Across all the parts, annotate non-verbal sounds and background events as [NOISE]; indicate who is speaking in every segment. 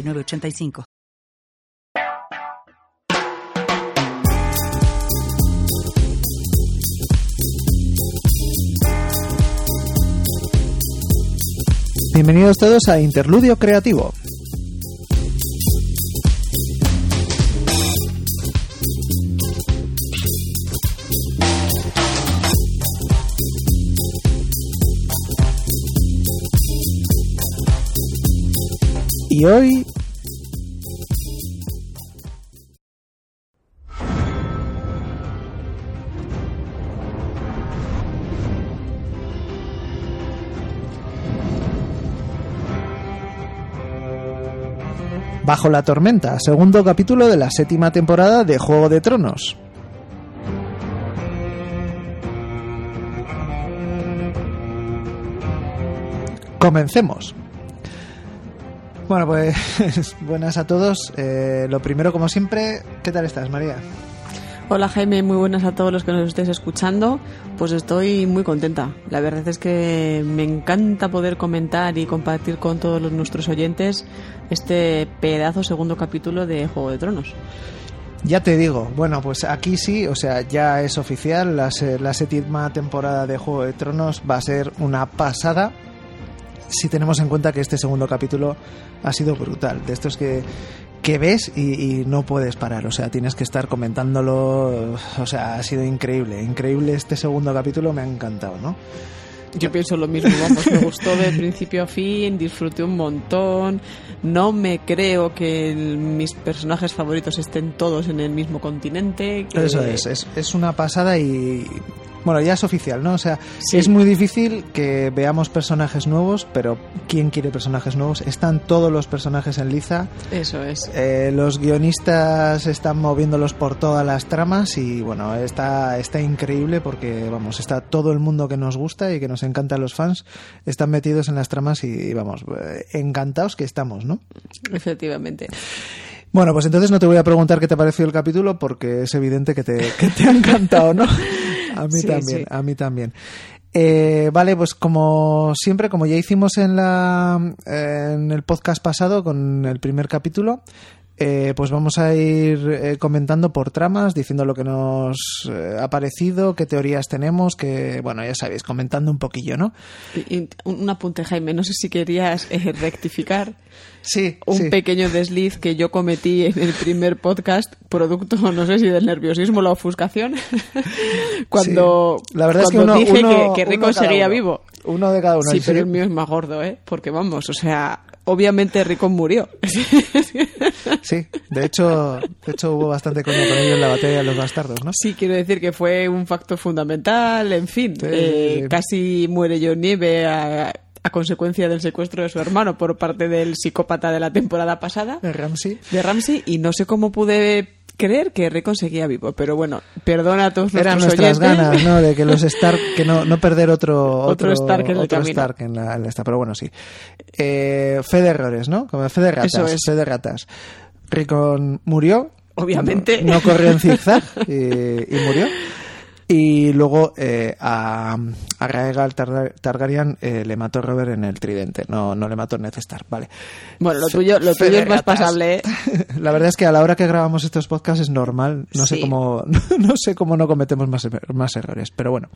Speaker 1: 985.
Speaker 2: Bienvenidos todos a Interludio Creativo. Y hoy Bajo la tormenta, segundo capítulo de la séptima temporada de Juego de Tronos. Comencemos. Bueno, pues [LAUGHS] buenas a todos. Eh, lo primero, como siempre, ¿qué tal estás, María?
Speaker 3: Hola Jaime, muy buenas a todos los que nos estéis escuchando. Pues estoy muy contenta. La verdad es que me encanta poder comentar y compartir con todos los, nuestros oyentes este pedazo segundo capítulo de Juego de Tronos.
Speaker 2: Ya te digo, bueno, pues aquí sí, o sea, ya es oficial, la, se- la séptima temporada de Juego de Tronos va a ser una pasada. Si tenemos en cuenta que este segundo capítulo ha sido brutal, de estos que, que ves y, y no puedes parar, o sea, tienes que estar comentándolo, o sea, ha sido increíble, increíble este segundo capítulo, me ha encantado, ¿no?
Speaker 3: Yo pienso lo mismo,
Speaker 2: [LAUGHS]
Speaker 3: vamos, me gustó de principio a fin, disfruté un montón. No me creo que el- mis personajes favoritos estén todos en el mismo continente. que-
Speaker 2: Eso es, Eh, es, es una pasada y bueno, ya es oficial, ¿no? O sea,
Speaker 3: Sí.
Speaker 2: es muy difícil que veamos personajes nuevos, pero ¿quién quiere personajes nuevos? Están todos los personajes en liza,
Speaker 3: Eso es.
Speaker 2: eh, los guionistas están moviéndolos por todas las tramas y bueno, está, está increíble porque vamos, está todo el mundo que nos gusta y que nos encanta a los fans, están metidos en las tramas y vamos, eh, encantados que estamos, ¿no?
Speaker 3: Efectivamente.
Speaker 2: Bueno, pues entonces no te voy a preguntar qué te ha parecido el capítulo porque es evidente que te, que te ha encantado, ¿no? A mí
Speaker 3: Sí,
Speaker 2: también,
Speaker 3: sí.
Speaker 2: a mí también. Eh, vale, pues como siempre, como ya hicimos en, la, en el podcast pasado con el primer capítulo, eh, pues vamos a ir eh, comentando por tramas, diciendo lo que nos eh, ha parecido, qué teorías tenemos, que, bueno, ya sabéis, comentando un poquillo, ¿no?
Speaker 3: Y- y un, un apunte, Jaime, no sé si querías eh, rectificar
Speaker 2: Sí,
Speaker 3: un
Speaker 2: sí.
Speaker 3: pequeño desliz que yo cometí en el primer podcast, producto, no sé si del nerviosismo, la ofuscación, [LAUGHS] cuando,
Speaker 2: Sí. la verdad es que
Speaker 3: cuando
Speaker 2: uno,
Speaker 3: dije
Speaker 2: uno-
Speaker 3: que, que
Speaker 2: uno
Speaker 3: Rickon
Speaker 2: de cada
Speaker 3: seguía
Speaker 2: uno.
Speaker 3: vivo.
Speaker 2: Uno de cada uno.
Speaker 3: sí,
Speaker 2: Y
Speaker 3: pero
Speaker 2: sí,
Speaker 3: el mío es más gordo, ¿eh? Porque vamos, o sea, obviamente Rickon murió. [LAUGHS]
Speaker 2: Sí, de hecho, de hecho hubo bastante coña con ellos en la batalla de los bastardos, ¿no?
Speaker 3: Sí, quiero decir que fue un factor fundamental, en fin.
Speaker 2: Sí,
Speaker 3: eh,
Speaker 2: sí, sí.
Speaker 3: Casi muere John Nieve a, a consecuencia del secuestro de su hermano por parte del psicópata de la temporada pasada,
Speaker 2: El Ramsey.
Speaker 3: de Ramsey, y no sé cómo pude creer que Rickon seguía vivo, pero bueno, perdona a todos
Speaker 2: Eran
Speaker 3: nuestros
Speaker 2: nuestras
Speaker 3: oyentes.
Speaker 2: ganas, ¿no? De que los Stark, que no, no perder otro,
Speaker 3: Otro Stark en el
Speaker 2: otro
Speaker 3: camino.
Speaker 2: Stark en la, en la esta, pero bueno, sí. Eh, fe de errores, ¿no? Como fe de ratas,
Speaker 3: Eso es.
Speaker 2: fe de ratas. Rickon murió.
Speaker 3: Obviamente.
Speaker 2: No, no corrió en
Speaker 3: [LAUGHS]
Speaker 2: zigzag y, y murió. Y luego eh, a, a Raegal Targa- Targaryen eh, le mató Robert en el tridente. No, no le mató Ned Stark, vale.
Speaker 3: [LAUGHS] Bueno, lo tuyo, lo
Speaker 2: Fe
Speaker 3: tuyo
Speaker 2: de
Speaker 3: es más
Speaker 2: ratas.
Speaker 3: pasable, ¿eh?
Speaker 2: [LAUGHS] La verdad es que a la hora que grabamos estos podcasts es normal. No sé
Speaker 3: Sí.
Speaker 2: cómo [LAUGHS] no sé cómo no cometemos más, er- más errores, pero bueno.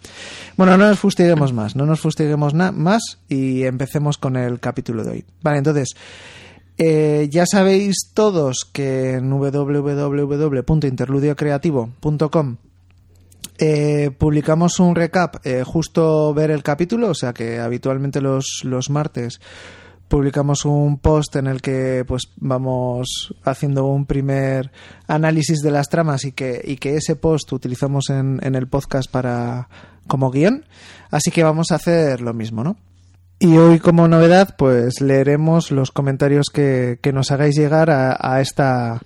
Speaker 2: Bueno, no nos fustiguemos más, no nos fustiguemos na- más y empecemos con el capítulo de hoy. Vale, entonces eh, ya sabéis todos que en www.interludiocreativo.com eh, publicamos un recap eh, justo ver el capítulo, o sea que habitualmente los, los martes publicamos un post en el que pues vamos haciendo un primer análisis de las tramas y que, y que ese post utilizamos en, en el podcast para como guión. Así que vamos a hacer lo mismo, ¿no? Y hoy como novedad, pues leeremos los comentarios que, que nos hagáis llegar a, a esta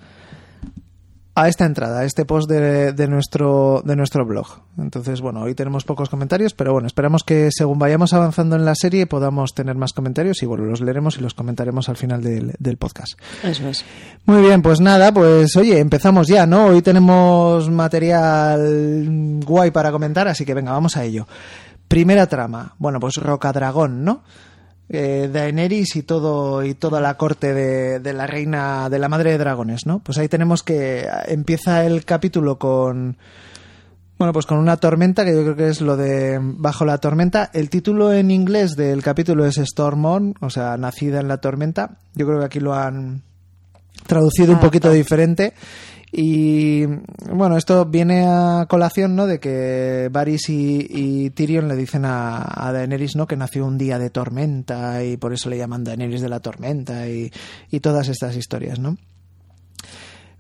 Speaker 2: a esta entrada, a este post de, de, nuestro, de nuestro blog. Entonces, bueno, hoy tenemos pocos comentarios, pero bueno, esperamos que según vayamos avanzando en la serie podamos tener más comentarios y bueno, los leeremos y los comentaremos al final del, del podcast.
Speaker 3: Eso es.
Speaker 2: Muy bien, pues nada, pues oye, empezamos ya, ¿no? Hoy tenemos material guay para comentar, así que venga, vamos a ello. Primera trama, bueno, pues Rocadragón, ¿no? eh, Daenerys y todo y toda la corte de, de, la reina de la madre de dragones, ¿no? Pues ahí tenemos que empieza el capítulo con bueno, pues con una tormenta que yo creo que es lo de bajo la tormenta. El título en inglés del capítulo es Storm On, o sea, nacida en la tormenta. Yo creo que aquí lo han traducido ah, un poquito no. diferente. Y bueno, esto viene a colación, ¿no? De que Varys y, y Tyrion le dicen a, a, Daenerys, ¿no? Que nació un día de tormenta y por eso le llaman Daenerys de la tormenta y, y todas estas historias, ¿no?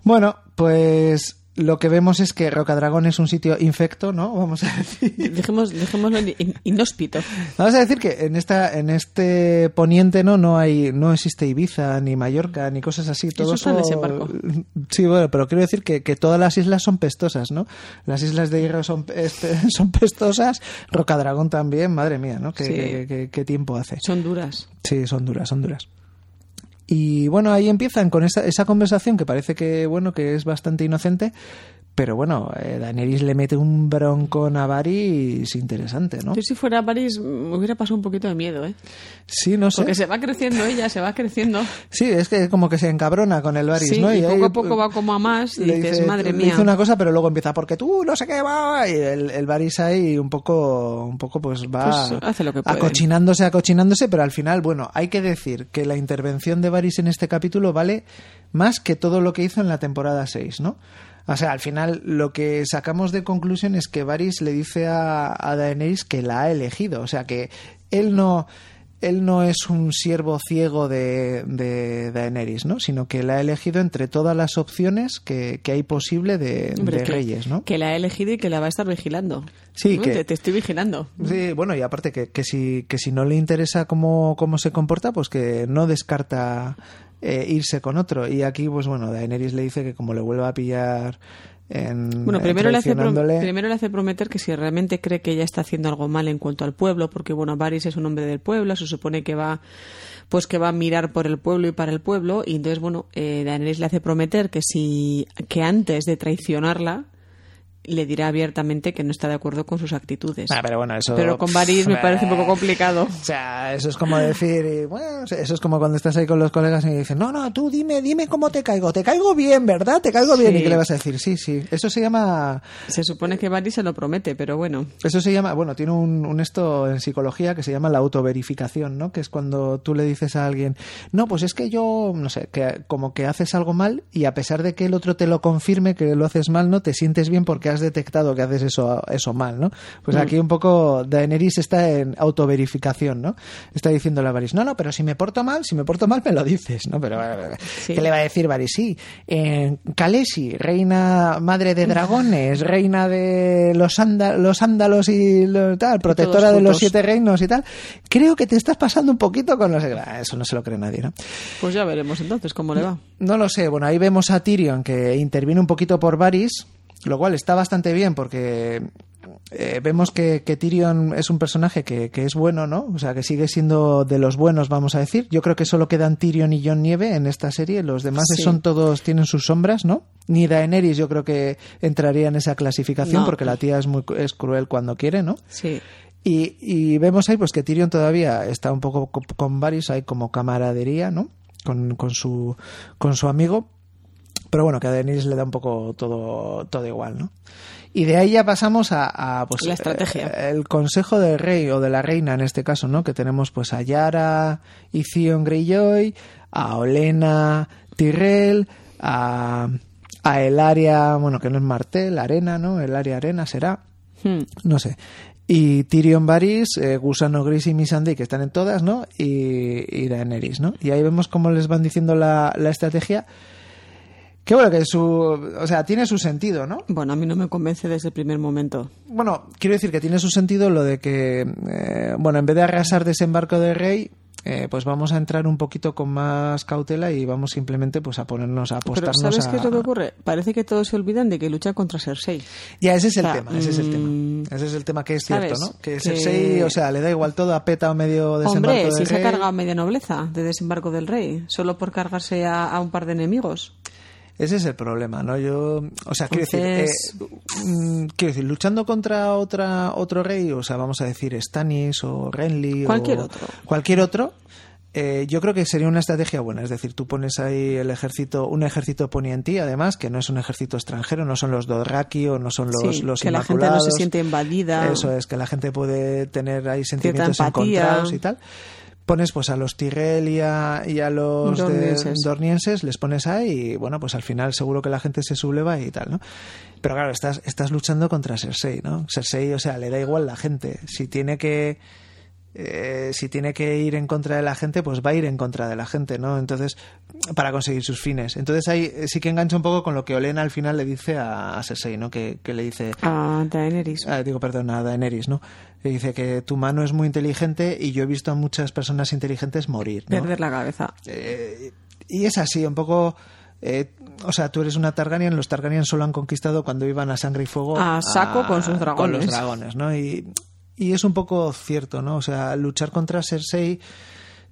Speaker 2: Bueno, pues lo que vemos es que Rocadragón es un sitio infecto, ¿no? [LAUGHS] Vamos a decir.
Speaker 3: Dejemos, dejémoslo inhóspito.
Speaker 2: Vamos a decir que en esta, en este poniente no, no hay, no existe Ibiza, ni Mallorca, ni cosas así. Todo
Speaker 3: eso está en barco.
Speaker 2: [LAUGHS] Sí, bueno, pero quiero decir que, que, todas las islas son pestosas, ¿no? Las islas de hierro son, este, [LAUGHS] son pestosas, Rocadragón también, madre mía, ¿no? ¿Qué, sí. qué, qué, ¿Qué tiempo hace?
Speaker 3: Son duras.
Speaker 2: Sí, son duras, son duras. Y bueno, ahí empiezan con esa, esa, conversación que parece que, bueno, que es bastante inocente, pero bueno, eh, Daenerys le mete un broncón a Varys interesante, ¿no?
Speaker 3: Yo si fuera Varys me hubiera pasado un poquito de miedo, ¿eh?
Speaker 2: Sí, no sé.
Speaker 3: Porque se va creciendo ella, se va creciendo.
Speaker 2: Sí, es que como que se encabrona con el Varys,
Speaker 3: sí,
Speaker 2: ¿no? uh,
Speaker 3: Y, y poco a poco va como a más y dices, dice, madre mía.
Speaker 2: Le dice una cosa, pero luego empieza, porque tú no sé qué va, y el, el Varys ahí un poco, un poco pues va
Speaker 3: pues hace lo que puede.
Speaker 2: acocinándose, acocinándose, pero al final, bueno, hay que decir que la intervención de Varys en este capítulo vale más que todo lo que hizo en la temporada 6, ¿no? O sea, al final lo que sacamos de conclusión es que Varys le dice a, a, Daenerys que la ha elegido. O sea, que él no, él no es un siervo ciego de, de Daenerys, ¿no? Sino que la ha elegido entre todas las opciones que, que hay posible de, Hombre, de
Speaker 3: que,
Speaker 2: reyes, ¿no?
Speaker 3: Que la ha elegido y que la va a estar vigilando.
Speaker 2: Sí,
Speaker 3: ¿no?
Speaker 2: que,
Speaker 3: te, te, estoy vigilando.
Speaker 2: Sí, bueno, y aparte que, que, si, que si no le interesa cómo, cómo se comporta, pues que no descarta eh, irse con otro. Y aquí, pues bueno, Daenerys le dice que como le vuelva a pillar en. eh,
Speaker 3: Bueno, primero, le hace, primero le hace prometer que si realmente cree que ella está haciendo algo mal en cuanto al pueblo, porque bueno, Varys es un hombre del pueblo, se supone que va pues que va a mirar por el pueblo y para el pueblo, y entonces bueno, eh, Daenerys le hace prometer que si que antes de traicionarla, le dirá abiertamente que no está de acuerdo con sus actitudes.
Speaker 2: Ah, pero bueno, eso...
Speaker 3: Pero con Baris me parece un poco complicado.
Speaker 2: O sea, eso es como decir, y, bueno, eso es como cuando estás ahí con los colegas y dicen, no, no, tú dime, dime cómo te caigo, te caigo bien, ¿verdad? Te caigo bien. Sí. ¿Y qué le vas a decir? Sí, sí. Eso se llama...
Speaker 3: Se supone que Baris se lo promete, pero bueno.
Speaker 2: Eso se llama, bueno, tiene un, un esto en psicología que se llama la autoverificación, ¿no? Que es cuando tú le dices a alguien, no, pues es que yo, no sé, que como que haces algo mal y a pesar de que el otro te lo confirme que lo haces mal, ¿no? Te sientes bien porque has detectado que haces eso, eso mal, ¿no? Pues mm. aquí un poco Daenerys está en autoverificación, ¿no? Está diciendo a Varys, no, no, pero si me porto mal, si me porto mal me lo dices, ¿no? Pero sí. ¿qué le va a decir Varys? Sí, eh, Kalesi, reina madre de dragones, reina de los, anda, los ándalos y lo, tal, protectora de los siete reinos y tal, creo que te estás pasando un poquito con los... Ah, Eso no se lo cree nadie, ¿no?
Speaker 3: Pues ya veremos entonces cómo le va.
Speaker 2: No lo sé, bueno, ahí vemos a Tyrion que interviene un poquito por Varys, lo cual está bastante bien porque eh, vemos que, que, Tyrion es un personaje que, que, es bueno, ¿no? O sea, que sigue siendo de los buenos, vamos a decir. Yo creo que solo quedan Tyrion y John Nieve en esta serie. Los demás sí. son todos, tienen sus sombras, ¿no? Ni Daenerys yo creo que entraría en esa clasificación no. porque la tía es, muy, es cruel cuando quiere, ¿no?
Speaker 3: Sí.
Speaker 2: Y, y vemos ahí pues que Tyrion todavía está un poco con, con Varys, hay como camaradería, ¿no? Con, con, su, con su amigo, pero bueno, que a Denis le da un poco todo, todo igual, ¿no? Y de ahí ya pasamos a, a pues,
Speaker 3: la estrategia.
Speaker 2: el consejo del rey o de la reina en este caso, ¿no? Que tenemos pues a Yara, Izion Greyjoy, a Olena Tyrell, a, a el área, bueno, que no es Martel, Arena, ¿no? El área Arena será. Hmm. No sé. Y Tyrion Varys, eh, Gusano Gris y Missandei, que están en todas, ¿no? Y, y Daenerys, ¿no? Y ahí vemos cómo les van diciendo la, la estrategia Que bueno, que su. O sea, tiene su sentido, ¿no?
Speaker 3: Bueno, a mí no me convence desde el primer momento.
Speaker 2: Bueno, quiero decir que tiene su sentido lo de que. eh, bueno, en vez de arrasar desembarco de rey. eh, pues vamos a entrar un poquito con más cautela y vamos simplemente pues a ponernos a
Speaker 3: Pero
Speaker 2: apostarnos
Speaker 3: ¿sabes
Speaker 2: a...
Speaker 3: qué es lo que ocurre? Parece que todos se olvidan de que lucha contra Cersei.
Speaker 2: Ya, ese es el
Speaker 3: O sea,
Speaker 2: tema, ese es el
Speaker 3: mm,
Speaker 2: tema. Ese es el tema que es cierto,
Speaker 3: ¿sabes?
Speaker 2: ¿no? Que
Speaker 3: Que-
Speaker 2: Cersei, o sea, le da igual todo, a peta o medio desembarco
Speaker 3: Hombre,
Speaker 2: del
Speaker 3: si se ha
Speaker 2: rey.
Speaker 3: cargado media nobleza de desembarco del rey, solo por cargarse a, a un par de enemigos.
Speaker 2: Ese es el problema, ¿no? Yo, o sea, quiero decir, eh,
Speaker 3: Entonces-
Speaker 2: mm, quiero decir, luchando contra otra otro rey, o sea, vamos a decir Stannis o Renly
Speaker 3: Cualquier
Speaker 2: o
Speaker 3: otro.
Speaker 2: cualquier otro, eh, yo creo que sería una estrategia buena. Es decir, tú pones ahí el ejército, un ejército ponientí, además, que no es un ejército extranjero, no son los Dothraki o no son los,
Speaker 3: Sí,
Speaker 2: los
Speaker 3: que la gente no se
Speaker 2: Inmaculados.
Speaker 3: siente invadida.
Speaker 2: Eso es, que la gente puede tener ahí sentimientos
Speaker 3: empatía.
Speaker 2: encontrados y tal. Pones pues a los Tirrell y a, y a los de-
Speaker 3: Dornienses.
Speaker 2: dornienses, les pones ahí y bueno, pues al final seguro que la gente se subleva y tal, ¿no? Pero claro, estás, estás luchando contra Cersei, ¿no? Cersei, o sea, le da igual la gente. Si tiene que... eh, si tiene que ir en contra de la gente, pues va a ir en contra de la gente, ¿no? Entonces, para conseguir sus fines. Entonces ahí eh, sí que engancha un poco con lo que Olena al final le dice a, a Cersei, ¿no? Que, que le dice,
Speaker 3: A Daenerys.
Speaker 2: Ah, digo, perdón, a Daenerys, ¿no? Que dice que tu mano es muy inteligente y yo he visto a muchas personas inteligentes morir, ¿no?
Speaker 3: Perder la cabeza.
Speaker 2: Eh, y es así, un poco... eh, o sea, tú eres una Targaryen, los Targaryen solo han conquistado cuando iban a sangre y fuego.
Speaker 3: A saco con sus
Speaker 2: Con los
Speaker 3: dragones.
Speaker 2: dragones, ¿no? Y, y es un poco cierto, ¿no? O sea, luchar contra Cersei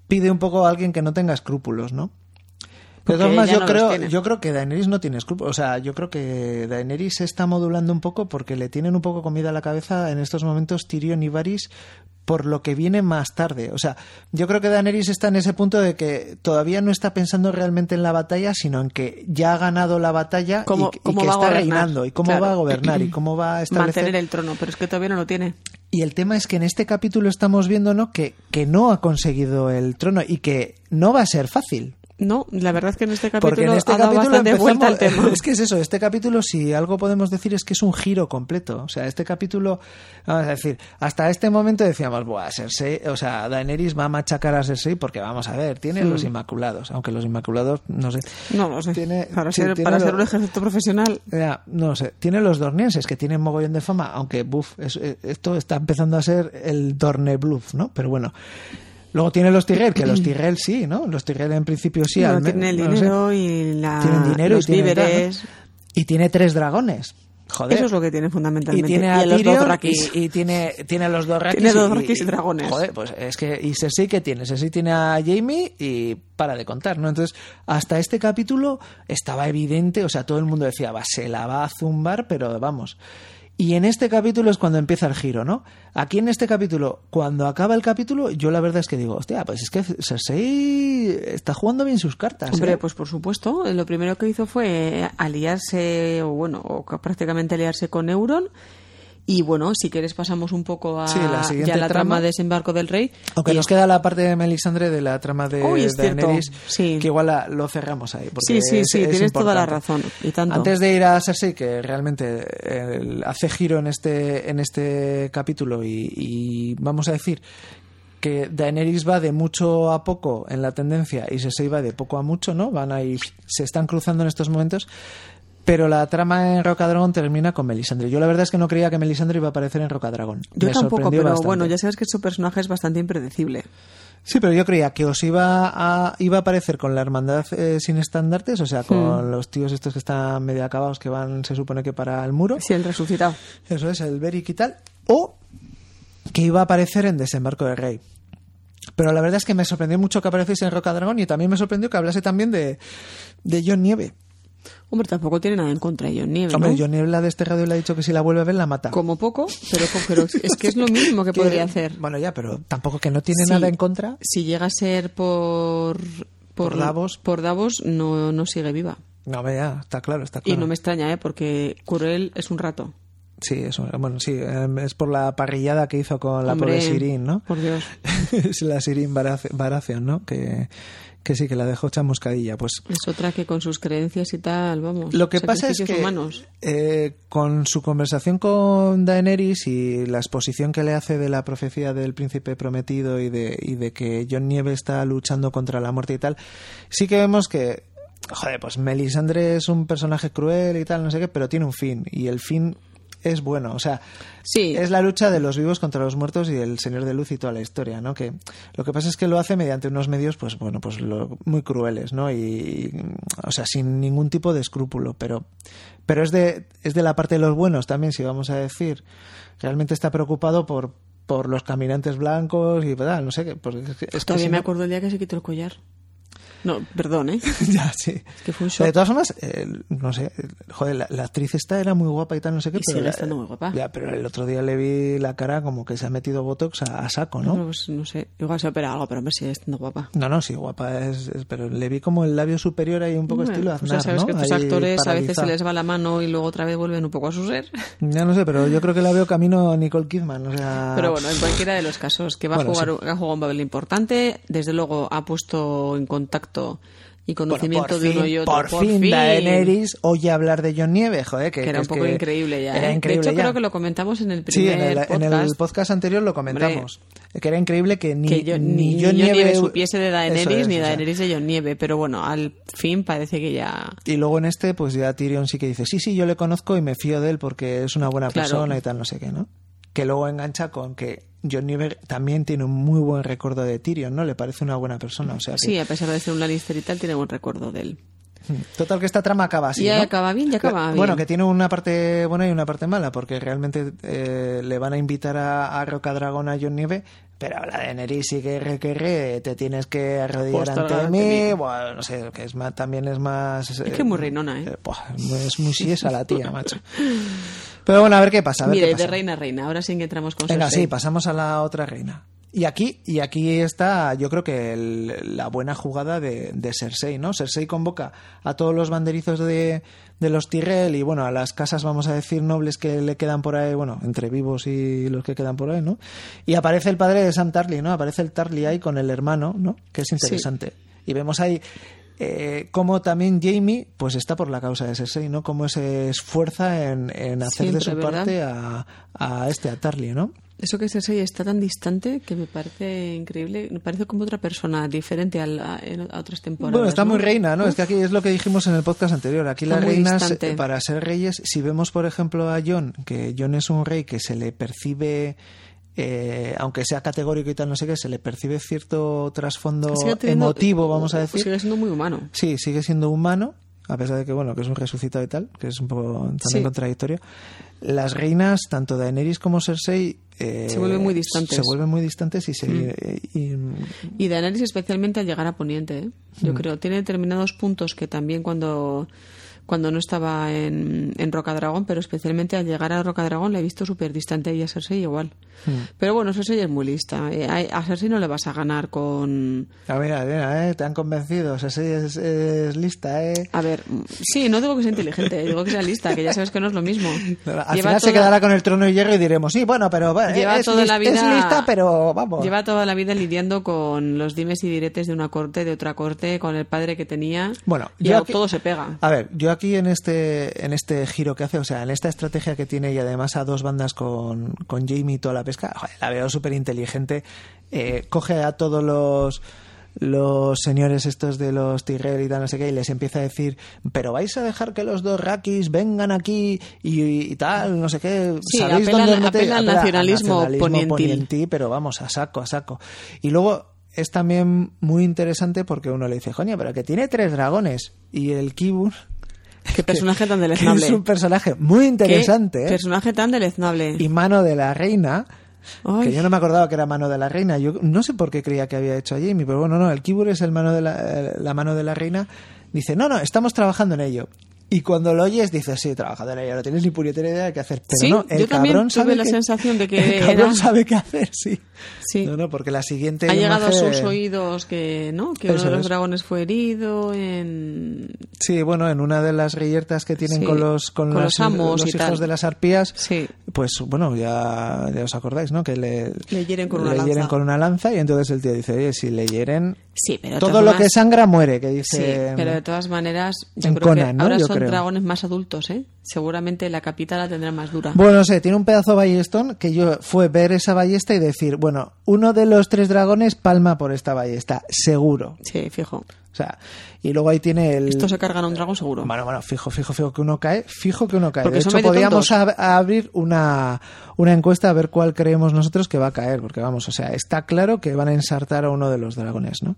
Speaker 2: pide un poco a alguien que no tenga escrúpulos, ¿no? De
Speaker 3: Porque
Speaker 2: todas maneras,
Speaker 3: ella
Speaker 2: yo,
Speaker 3: no los
Speaker 2: creo,
Speaker 3: tiene.
Speaker 2: yo creo que Daenerys no tiene escrúpulos. O sea, yo creo que Daenerys se está modulando un poco porque le tienen un poco comida a la cabeza en estos momentos Tyrion y Varys por lo que viene más tarde. O sea, yo creo que Daenerys está en ese punto de que todavía no está pensando realmente en la batalla, sino en que ya ha ganado la batalla
Speaker 3: Cómo-
Speaker 2: y, y
Speaker 3: cómo
Speaker 2: que
Speaker 3: va a
Speaker 2: está
Speaker 3: gobernar,
Speaker 2: reinando, y cómo
Speaker 3: claro.
Speaker 2: va a gobernar, y cómo
Speaker 3: [CLEARS THROAT]
Speaker 2: va a establecer...
Speaker 3: Mantener el trono, pero es que todavía no lo tiene.
Speaker 2: Y el tema es que en este capítulo estamos viendo ¿no? que, que no ha conseguido el trono y que no va a ser fácil.
Speaker 3: No, la verdad es que en este capítulo
Speaker 2: Porque en este
Speaker 3: ha dado
Speaker 2: capítulo
Speaker 3: bastante vuelta al
Speaker 2: empezamos-
Speaker 3: tema.
Speaker 2: [LAUGHS] Es que es eso, este capítulo, si algo podemos decir, es que es un giro completo. O sea, este capítulo, vamos a decir, hasta este momento decíamos, Buah, Cersei, o sea, Daenerys va a machacar a Cersei porque vamos a ver, tiene los Inmaculados, aunque los Inmaculados, no sé.
Speaker 3: No lo sé.
Speaker 2: Tiene-
Speaker 3: para
Speaker 2: sí,
Speaker 3: ser,
Speaker 2: tiene
Speaker 3: para
Speaker 2: lo-
Speaker 3: ser un ejército profesional,
Speaker 2: Ya, no sé, tiene los dornienses que tienen mogollón de fama, aunque buf, es- eh, esto está empezando a ser el Dorne Bluff, ¿no? Pero bueno. Luego tiene los Tirrell, que
Speaker 3: [CLEARS THROAT]
Speaker 2: los Tirrell sí, ¿no? Los Tirrell en principio sí,
Speaker 3: no,
Speaker 2: al menos,
Speaker 3: tiene el
Speaker 2: no sé.
Speaker 3: dinero y la,
Speaker 2: Tienen dinero
Speaker 3: Ah, los
Speaker 2: y tienen tal, ¿no?
Speaker 3: víveres.
Speaker 2: Y tiene tres dragones. Joder.
Speaker 3: Eso es lo que tiene
Speaker 2: y
Speaker 3: fundamentalmente.
Speaker 2: tiene a,
Speaker 3: los
Speaker 2: Tyrion
Speaker 3: Dothraki.
Speaker 2: y, y tiene, tiene a los Dothraki.
Speaker 3: Tiene
Speaker 2: y-
Speaker 3: Dothraki y
Speaker 2: y-
Speaker 3: dragones.
Speaker 2: Joder, pues es que. Y Cersei que tiene. Cersei tiene a Jamie y para de contar, ¿no? Entonces, hasta este capítulo estaba evidente, o sea, todo el mundo decía, va, se la va a zumbar, pero vamos. Y en este capítulo es cuando empieza el giro, ¿no? Aquí en este capítulo, cuando acaba el capítulo, yo la verdad es que digo, hostia, pues es que Cersei está jugando bien sus cartas. ¿eh?".
Speaker 3: Hombre, pues por supuesto, lo primero que hizo fue eh, aliarse, o bueno, o ca- prácticamente aliarse con Euron. Y bueno, si quieres pasamos un poco a
Speaker 2: Sí, la siguiente
Speaker 3: ya la
Speaker 2: trama.
Speaker 3: trama de desembarco del rey.
Speaker 2: Aunque
Speaker 3: Y
Speaker 2: nos
Speaker 3: es-
Speaker 2: queda la parte de Melisandre de la trama de
Speaker 3: Uy, es cierto,
Speaker 2: Daenerys,
Speaker 3: sí.
Speaker 2: que igual la- lo cerramos ahí. porque
Speaker 3: Sí, sí,
Speaker 2: es-
Speaker 3: sí,
Speaker 2: es
Speaker 3: tienes toda la
Speaker 2: importante.
Speaker 3: razón. Y tanto.
Speaker 2: Antes de ir a Cersei, que realmente eh, hace giro en este, en este capítulo y, y vamos a decir que Daenerys va de mucho a poco en la tendencia y Cersei va de poco a mucho, ¿no? Van ahí, se están cruzando en estos momentos. Pero la trama en Rocadragón termina con Melisandre. Yo la verdad es que no creía que Melisandre iba a aparecer en Rocadragón.
Speaker 3: Yo
Speaker 2: Me
Speaker 3: tampoco,
Speaker 2: sorprendió
Speaker 3: pero
Speaker 2: bastante.
Speaker 3: bueno, ya sabes que su personaje es bastante impredecible.
Speaker 2: Sí, pero yo creía que os iba a, iba a aparecer con la hermandad eh, sin estandartes, o sea,
Speaker 3: Hmm.
Speaker 2: con los tíos estos que están medio acabados, que van, se supone que para el muro,
Speaker 3: Sí, el resucitado.
Speaker 2: eso es, el Beric y tal, o que iba a aparecer en Desembarco del Rey. Pero la verdad es que me sorprendió mucho que apareciese en Rocadragón y también me sorprendió que hablase también de, de John Nieve.
Speaker 3: Hombre, tampoco tiene nada en contra de John Nieve, ¿no?
Speaker 2: Hombre, John Nieve la ha desterrado y le ha dicho que si la vuelve a ver la mata.
Speaker 3: Como poco, pero, pero es que es lo
Speaker 2: [LAUGHS]
Speaker 3: mismo que podría hacer.
Speaker 2: Bueno, ya, pero tampoco que no tiene
Speaker 3: Sí.
Speaker 2: nada en contra.
Speaker 3: Si llega a ser por...
Speaker 2: Por Davos.
Speaker 3: Por Davos, no, no sigue viva.
Speaker 2: No, hombre, ya, está claro, está
Speaker 3: Y
Speaker 2: claro.
Speaker 3: no me extraña, ¿eh? Porque Curel es un rato.
Speaker 2: Sí, eso, bueno, sí, eh, es por la parrillada que hizo con la
Speaker 3: Hombre,
Speaker 2: pobre Sirin, ¿no? [LAUGHS]
Speaker 3: Por Dios.
Speaker 2: es la Sirin Barace- Baratheon, ¿no? Que, que sí, que la dejó chamuscadilla. Pues
Speaker 3: Es otra que con sus creencias y tal, vamos.
Speaker 2: lo que pasa es
Speaker 3: sacrificios
Speaker 2: que
Speaker 3: humanos.
Speaker 2: eh, con su conversación con Daenerys y la exposición que le hace de la profecía del príncipe prometido y de, y de que John Nieve está luchando contra la muerte y tal, sí que vemos que joder, pues Melisandre es un personaje cruel y tal, no sé qué, pero tiene un fin. Y el fin es bueno. O sea,
Speaker 3: Sí.
Speaker 2: es la lucha de los vivos contra los muertos y el Señor de Luz y toda la historia, ¿no? Que lo que pasa es que lo hace mediante unos medios, pues bueno, pues lo- muy crueles, ¿no? Y, o sea, sin ningún tipo de escrúpulo, pero, pero es de, es de la parte de los buenos también, si vamos a decir. Realmente está preocupado por, por los caminantes blancos y tal, no sé qué. Pues es que, es que
Speaker 3: Todavía
Speaker 2: si
Speaker 3: me
Speaker 2: no-
Speaker 3: acuerdo el día que se quitó el collar. No, perdón, ¿eh?
Speaker 2: [LAUGHS] ya, sí.
Speaker 3: que fue un shock.
Speaker 2: de todas formas, eh, no sé, joder, la, la actriz esta era muy guapa y tal, no sé qué,
Speaker 3: Y
Speaker 2: pero,
Speaker 3: sigue
Speaker 2: la-
Speaker 3: estando muy guapa.
Speaker 2: Ya, pero el otro día le vi la cara como que se ha metido botox a, a saco,
Speaker 3: Pero,
Speaker 2: ¿no?
Speaker 3: pues, no sé, igual se opera algo, pero hombre, sigue estando guapa.
Speaker 2: No, no, sí, guapa es, es- pero le vi como el labio superior ahí un poco
Speaker 3: Bueno,
Speaker 2: estilo Aznar,
Speaker 3: pues ya sabes
Speaker 2: ¿no?
Speaker 3: que estos
Speaker 2: Ahí
Speaker 3: actores a veces
Speaker 2: paralizado.
Speaker 3: se les va la mano y luego otra vez vuelven un poco a su ser.
Speaker 2: Ya no sé, pero yo creo que la veo camino a Nicole Kidman, o sea...
Speaker 3: Pero bueno, en cualquiera de los casos, que va
Speaker 2: Ah. Bueno,
Speaker 3: a jugar ha jugado un papel importante, desde luego ha puesto en contacto y
Speaker 2: bueno,
Speaker 3: conocimiento
Speaker 2: por
Speaker 3: de uno
Speaker 2: fin,
Speaker 3: y otro.
Speaker 2: Por, fin, Daenerys oye hablar de John Nieves, joder, que,
Speaker 3: que era
Speaker 2: que
Speaker 3: un
Speaker 2: es
Speaker 3: poco
Speaker 2: que
Speaker 3: increíble ya.
Speaker 2: Era
Speaker 3: ¿eh?
Speaker 2: increíble
Speaker 3: de hecho,
Speaker 2: ya.
Speaker 3: creo que lo comentamos en el
Speaker 2: Sí,
Speaker 3: primer
Speaker 2: en el, en
Speaker 3: podcast.
Speaker 2: el podcast anterior lo comentamos. Que era increíble que ni,
Speaker 3: que yo, ni,
Speaker 2: ni
Speaker 3: yo
Speaker 2: John
Speaker 3: Nieve,
Speaker 2: Nieve-
Speaker 3: supiese de Daenerys
Speaker 2: Eso es,
Speaker 3: ni
Speaker 2: o sea.
Speaker 3: Daenerys de John Nieve, pero bueno, al fin parece que ya
Speaker 2: Y luego en este, pues ya Tyrion sí que dice, sí, sí, yo le conozco y me fío de él porque es una buena
Speaker 3: Claro.
Speaker 2: persona y tal, no sé qué, ¿no? Que luego engancha con que John Nieve también tiene un muy buen recuerdo de Tyrion, ¿no? Le parece una buena persona, o sea que-
Speaker 3: sí, a pesar de ser un Lannister y tal, tiene buen recuerdo de él.
Speaker 2: Total que esta trama acaba así,
Speaker 3: Ya
Speaker 2: ¿no?
Speaker 3: acaba bien, ya acaba bien.
Speaker 2: Bueno, que tiene una parte buena y una parte mala, porque realmente eh, le van a invitar a, a Rocadragón a John Nieve, pero la de Neri sí que re, que re, te tienes que arrodillar
Speaker 3: Postrar
Speaker 2: ante
Speaker 3: ante
Speaker 2: mí,
Speaker 3: mí.
Speaker 2: bueno, no sé, que es más, también es más...
Speaker 3: Es que es muy reinona, ¿eh?
Speaker 2: buah, es muy siesa la
Speaker 3: [LAUGHS]
Speaker 2: tía, macho. Pero bueno, a ver qué pasa, a ver
Speaker 3: Mira,
Speaker 2: qué
Speaker 3: y de
Speaker 2: pasa.
Speaker 3: reina a reina, ahora ¿eh? sí que entramos con
Speaker 2: Venga,
Speaker 3: Cersei.
Speaker 2: sí, pasamos a la otra reina. Y aquí, y aquí está, yo creo que el- la buena jugada de, de Cersei, ¿no? Cersei convoca a todos los banderizos de, de los Tyrell y, bueno, a las casas, vamos a decir, nobles que le quedan por ahí, bueno, entre vivos y los que quedan por ahí, ¿no? Y aparece el padre de Sam Tarly, ¿no? Aparece el Tarly ahí con el hermano, ¿no? Que es interesante. Y vemos ahí eh, cómo también Jamie, pues está por la causa de Cersei, ¿no? Cómo se esfuerza en, en hacer de
Speaker 3: Siempre,
Speaker 2: su
Speaker 3: ¿verdad?
Speaker 2: parte a, a este, a Tarly, ¿no?
Speaker 3: Eso que Cersei está tan distante que me parece increíble, me parece como otra persona diferente a, la- en- a otras temporadas.
Speaker 2: Bueno, está
Speaker 3: ¿no?
Speaker 2: muy reina, ¿no? Es que aquí es lo que dijimos en el podcast anterior. Aquí
Speaker 3: Está
Speaker 2: las
Speaker 3: muy
Speaker 2: reinas,
Speaker 3: distante.
Speaker 2: eh, para ser reyes, si vemos, por ejemplo, a John, que John es un rey que se le percibe, eh, aunque sea categórico y tal, no sé qué, se le percibe cierto trasfondo
Speaker 3: Sigue teniendo-
Speaker 2: emotivo, vamos a decir.
Speaker 3: Sigue siendo muy humano.
Speaker 2: Sí, sigue siendo humano, a pesar de que, bueno, que es un resucitado y tal, que es un poco también
Speaker 3: Sí.
Speaker 2: contradictorio. Las reinas, tanto Daenerys como Cersei... eh,
Speaker 3: Se vuelven muy distantes.
Speaker 2: Se
Speaker 3: Mm.
Speaker 2: vuelven muy distantes y se... y-
Speaker 3: Y de análisis especialmente al llegar a Poniente, ¿eh? yo
Speaker 2: Mm.
Speaker 3: creo. Tiene determinados puntos que también cuando, cuando no estaba en, en Rocadragón, pero especialmente al llegar a Rocadragón la he visto súper distante y a Cersei igual.
Speaker 2: Mm.
Speaker 3: Pero bueno, Cersei es muy lista. Eh, A a Cersei no le vas a ganar con...
Speaker 2: Ah, mira, mira, eh, te han convencido. O sea, sí, es, es lista, ¿eh?
Speaker 3: A ver, mm, sí, no digo que sea inteligente, digo que sea lista, que ya sabes que no es lo mismo.
Speaker 2: [LAUGHS] Al
Speaker 3: Lleva
Speaker 2: final se
Speaker 3: toda-
Speaker 2: quedará con el trono y hierro y diremos, sí, bueno, pero va,
Speaker 3: Lleva
Speaker 2: es,
Speaker 3: toda
Speaker 2: lis-
Speaker 3: la vida,
Speaker 2: es lista, pero vamos.
Speaker 3: Lleva toda la vida lidiando con los dimes y diretes de una corte, de otra corte, con el padre que tenía.
Speaker 2: Bueno,
Speaker 3: y
Speaker 2: yo
Speaker 3: a
Speaker 2: aquí-
Speaker 3: todo se pega.
Speaker 2: A ver, yo aquí en este, en este giro que hace, o sea, en esta estrategia que tiene y además a dos bandas con, con Jamie y toda la pesca, joder, la veo súper inteligente. coge a todos los los señores estos de los Tyrell y tal, no sé qué, y les empieza a decir, pero vais a dejar que los dos Rakis vengan aquí y, y tal, no sé qué.
Speaker 3: Sí,
Speaker 2: ¿Sabéis
Speaker 3: apela-
Speaker 2: dónde os metéis?".
Speaker 3: apela al
Speaker 2: Apela
Speaker 3: nacionalismo ponientil.
Speaker 2: ti, pero vamos, a saco, a saco. Y luego es también muy interesante porque uno le dice, coño, pero que tiene tres dragones. Y el Kibur,
Speaker 3: Qué
Speaker 2: [LAUGHS]
Speaker 3: personaje tan
Speaker 2: que es un
Speaker 3: deleznable.
Speaker 2: personaje muy
Speaker 3: Qué
Speaker 2: interesante, ¿eh?
Speaker 3: personaje tan deleznable.
Speaker 2: y mano de la reina,
Speaker 3: Ay.
Speaker 2: que yo no me acordaba que era mano de la reina. Yo no sé por qué creía que había hecho a Jamie, pero bueno, no, el Kibur es el mano de la, eh, la mano de la reina. Dice, no, no, estamos trabajando en ello. Y cuando lo oyes, dices, sí, trabajando en ello, no tienes ni puñetera idea de qué hacer. Pero
Speaker 3: Sí,
Speaker 2: no, el
Speaker 3: yo también
Speaker 2: cabrón
Speaker 3: tuve
Speaker 2: sabe
Speaker 3: la
Speaker 2: que-
Speaker 3: sensación de
Speaker 2: [LAUGHS]
Speaker 3: que
Speaker 2: el cabrón
Speaker 3: era-
Speaker 2: sabe qué hacer, sí.
Speaker 3: Sí.
Speaker 2: No, no, porque la siguiente.
Speaker 3: ha llegado a
Speaker 2: imagen-
Speaker 3: sus oídos que no que uno
Speaker 2: Eso
Speaker 3: de los
Speaker 2: es.
Speaker 3: dragones fue herido en
Speaker 2: Sí, bueno, en una de las reyertas que tienen
Speaker 3: Sí,
Speaker 2: con los con,
Speaker 3: con
Speaker 2: las-
Speaker 3: los amos
Speaker 2: los
Speaker 3: y
Speaker 2: hijos
Speaker 3: tal.
Speaker 2: de las arpías,
Speaker 3: Sí.
Speaker 2: pues bueno, ya, ya os acordáis, ¿no? Que le,
Speaker 3: Le hieren con una
Speaker 2: le hieren
Speaker 3: lanza.
Speaker 2: con una lanza y entonces el tío dice, oye, si le hieren,
Speaker 3: Sí, pero de
Speaker 2: Todo
Speaker 3: todas
Speaker 2: lo
Speaker 3: formas-
Speaker 2: que sangra muere, que
Speaker 3: Sí,
Speaker 2: dice.
Speaker 3: pero de todas maneras, yo
Speaker 2: en
Speaker 3: creo que
Speaker 2: Conan, ¿no?
Speaker 3: ahora
Speaker 2: Yo
Speaker 3: son
Speaker 2: creo.
Speaker 3: dragones más adultos, ¿eh? Seguramente la capita la tendrá más dura.
Speaker 2: Bueno, no sé, tiene un pedazo de ballestón que yo fue ver esa ballesta y decir, bueno, uno de los tres dragones palma por esta ballesta, seguro.
Speaker 3: Sí, fijo.
Speaker 2: O sea, y luego ahí tiene el...
Speaker 3: Esto se cargan a un dragón seguro.
Speaker 2: Bueno, bueno, fijo, fijo, fijo que uno cae, fijo que uno cae.
Speaker 3: Porque
Speaker 2: de
Speaker 3: son
Speaker 2: hecho,
Speaker 3: medio
Speaker 2: podríamos ab-
Speaker 3: tontos.
Speaker 2: abrir una, una encuesta a ver cuál creemos nosotros que va a caer, porque vamos, o sea, está claro que van a ensartar a uno de los dragones, ¿no?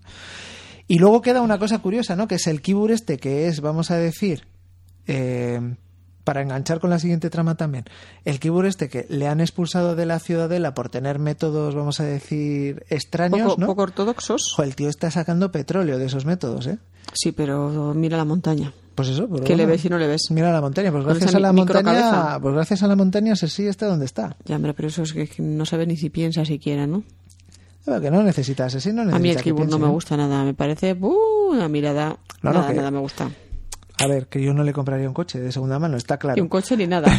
Speaker 2: Y luego queda una cosa curiosa, ¿no? Que es el kibur este, que es, vamos a decir, eh, para enganchar con la siguiente trama también, el kibur este que le han expulsado de la ciudadela por tener métodos, vamos a decir, extraños,
Speaker 3: poco,
Speaker 2: ¿no?
Speaker 3: poco ortodoxos.
Speaker 2: Ojo, el tío está sacando petróleo de esos métodos, ¿eh?
Speaker 3: Sí, pero mira la montaña.
Speaker 2: Pues eso, pero
Speaker 3: ¿Qué le
Speaker 2: bueno.
Speaker 3: ves y no le ves?
Speaker 2: Mira la montaña, pues
Speaker 3: Con
Speaker 2: gracias
Speaker 3: esa
Speaker 2: a la
Speaker 3: mi-
Speaker 2: montaña,
Speaker 3: microcabeza.
Speaker 2: pues gracias a la montaña se sí está donde está.
Speaker 3: Ya, hombre, pero eso es que que no sabe ni si piensa siquiera, ¿no?
Speaker 2: Claro que no necesita sí no necesita.
Speaker 3: A mí el
Speaker 2: que
Speaker 3: kibur no
Speaker 2: piense,
Speaker 3: me
Speaker 2: ¿eh?
Speaker 3: gusta nada. Me parece ¡buh! una mirada.
Speaker 2: No, no,
Speaker 3: nada,
Speaker 2: que-
Speaker 3: nada me gusta.
Speaker 2: A ver, que yo no le compraría un coche de segunda mano, está
Speaker 3: Ni
Speaker 2: claro. [LAUGHS]
Speaker 3: un coche ni nada.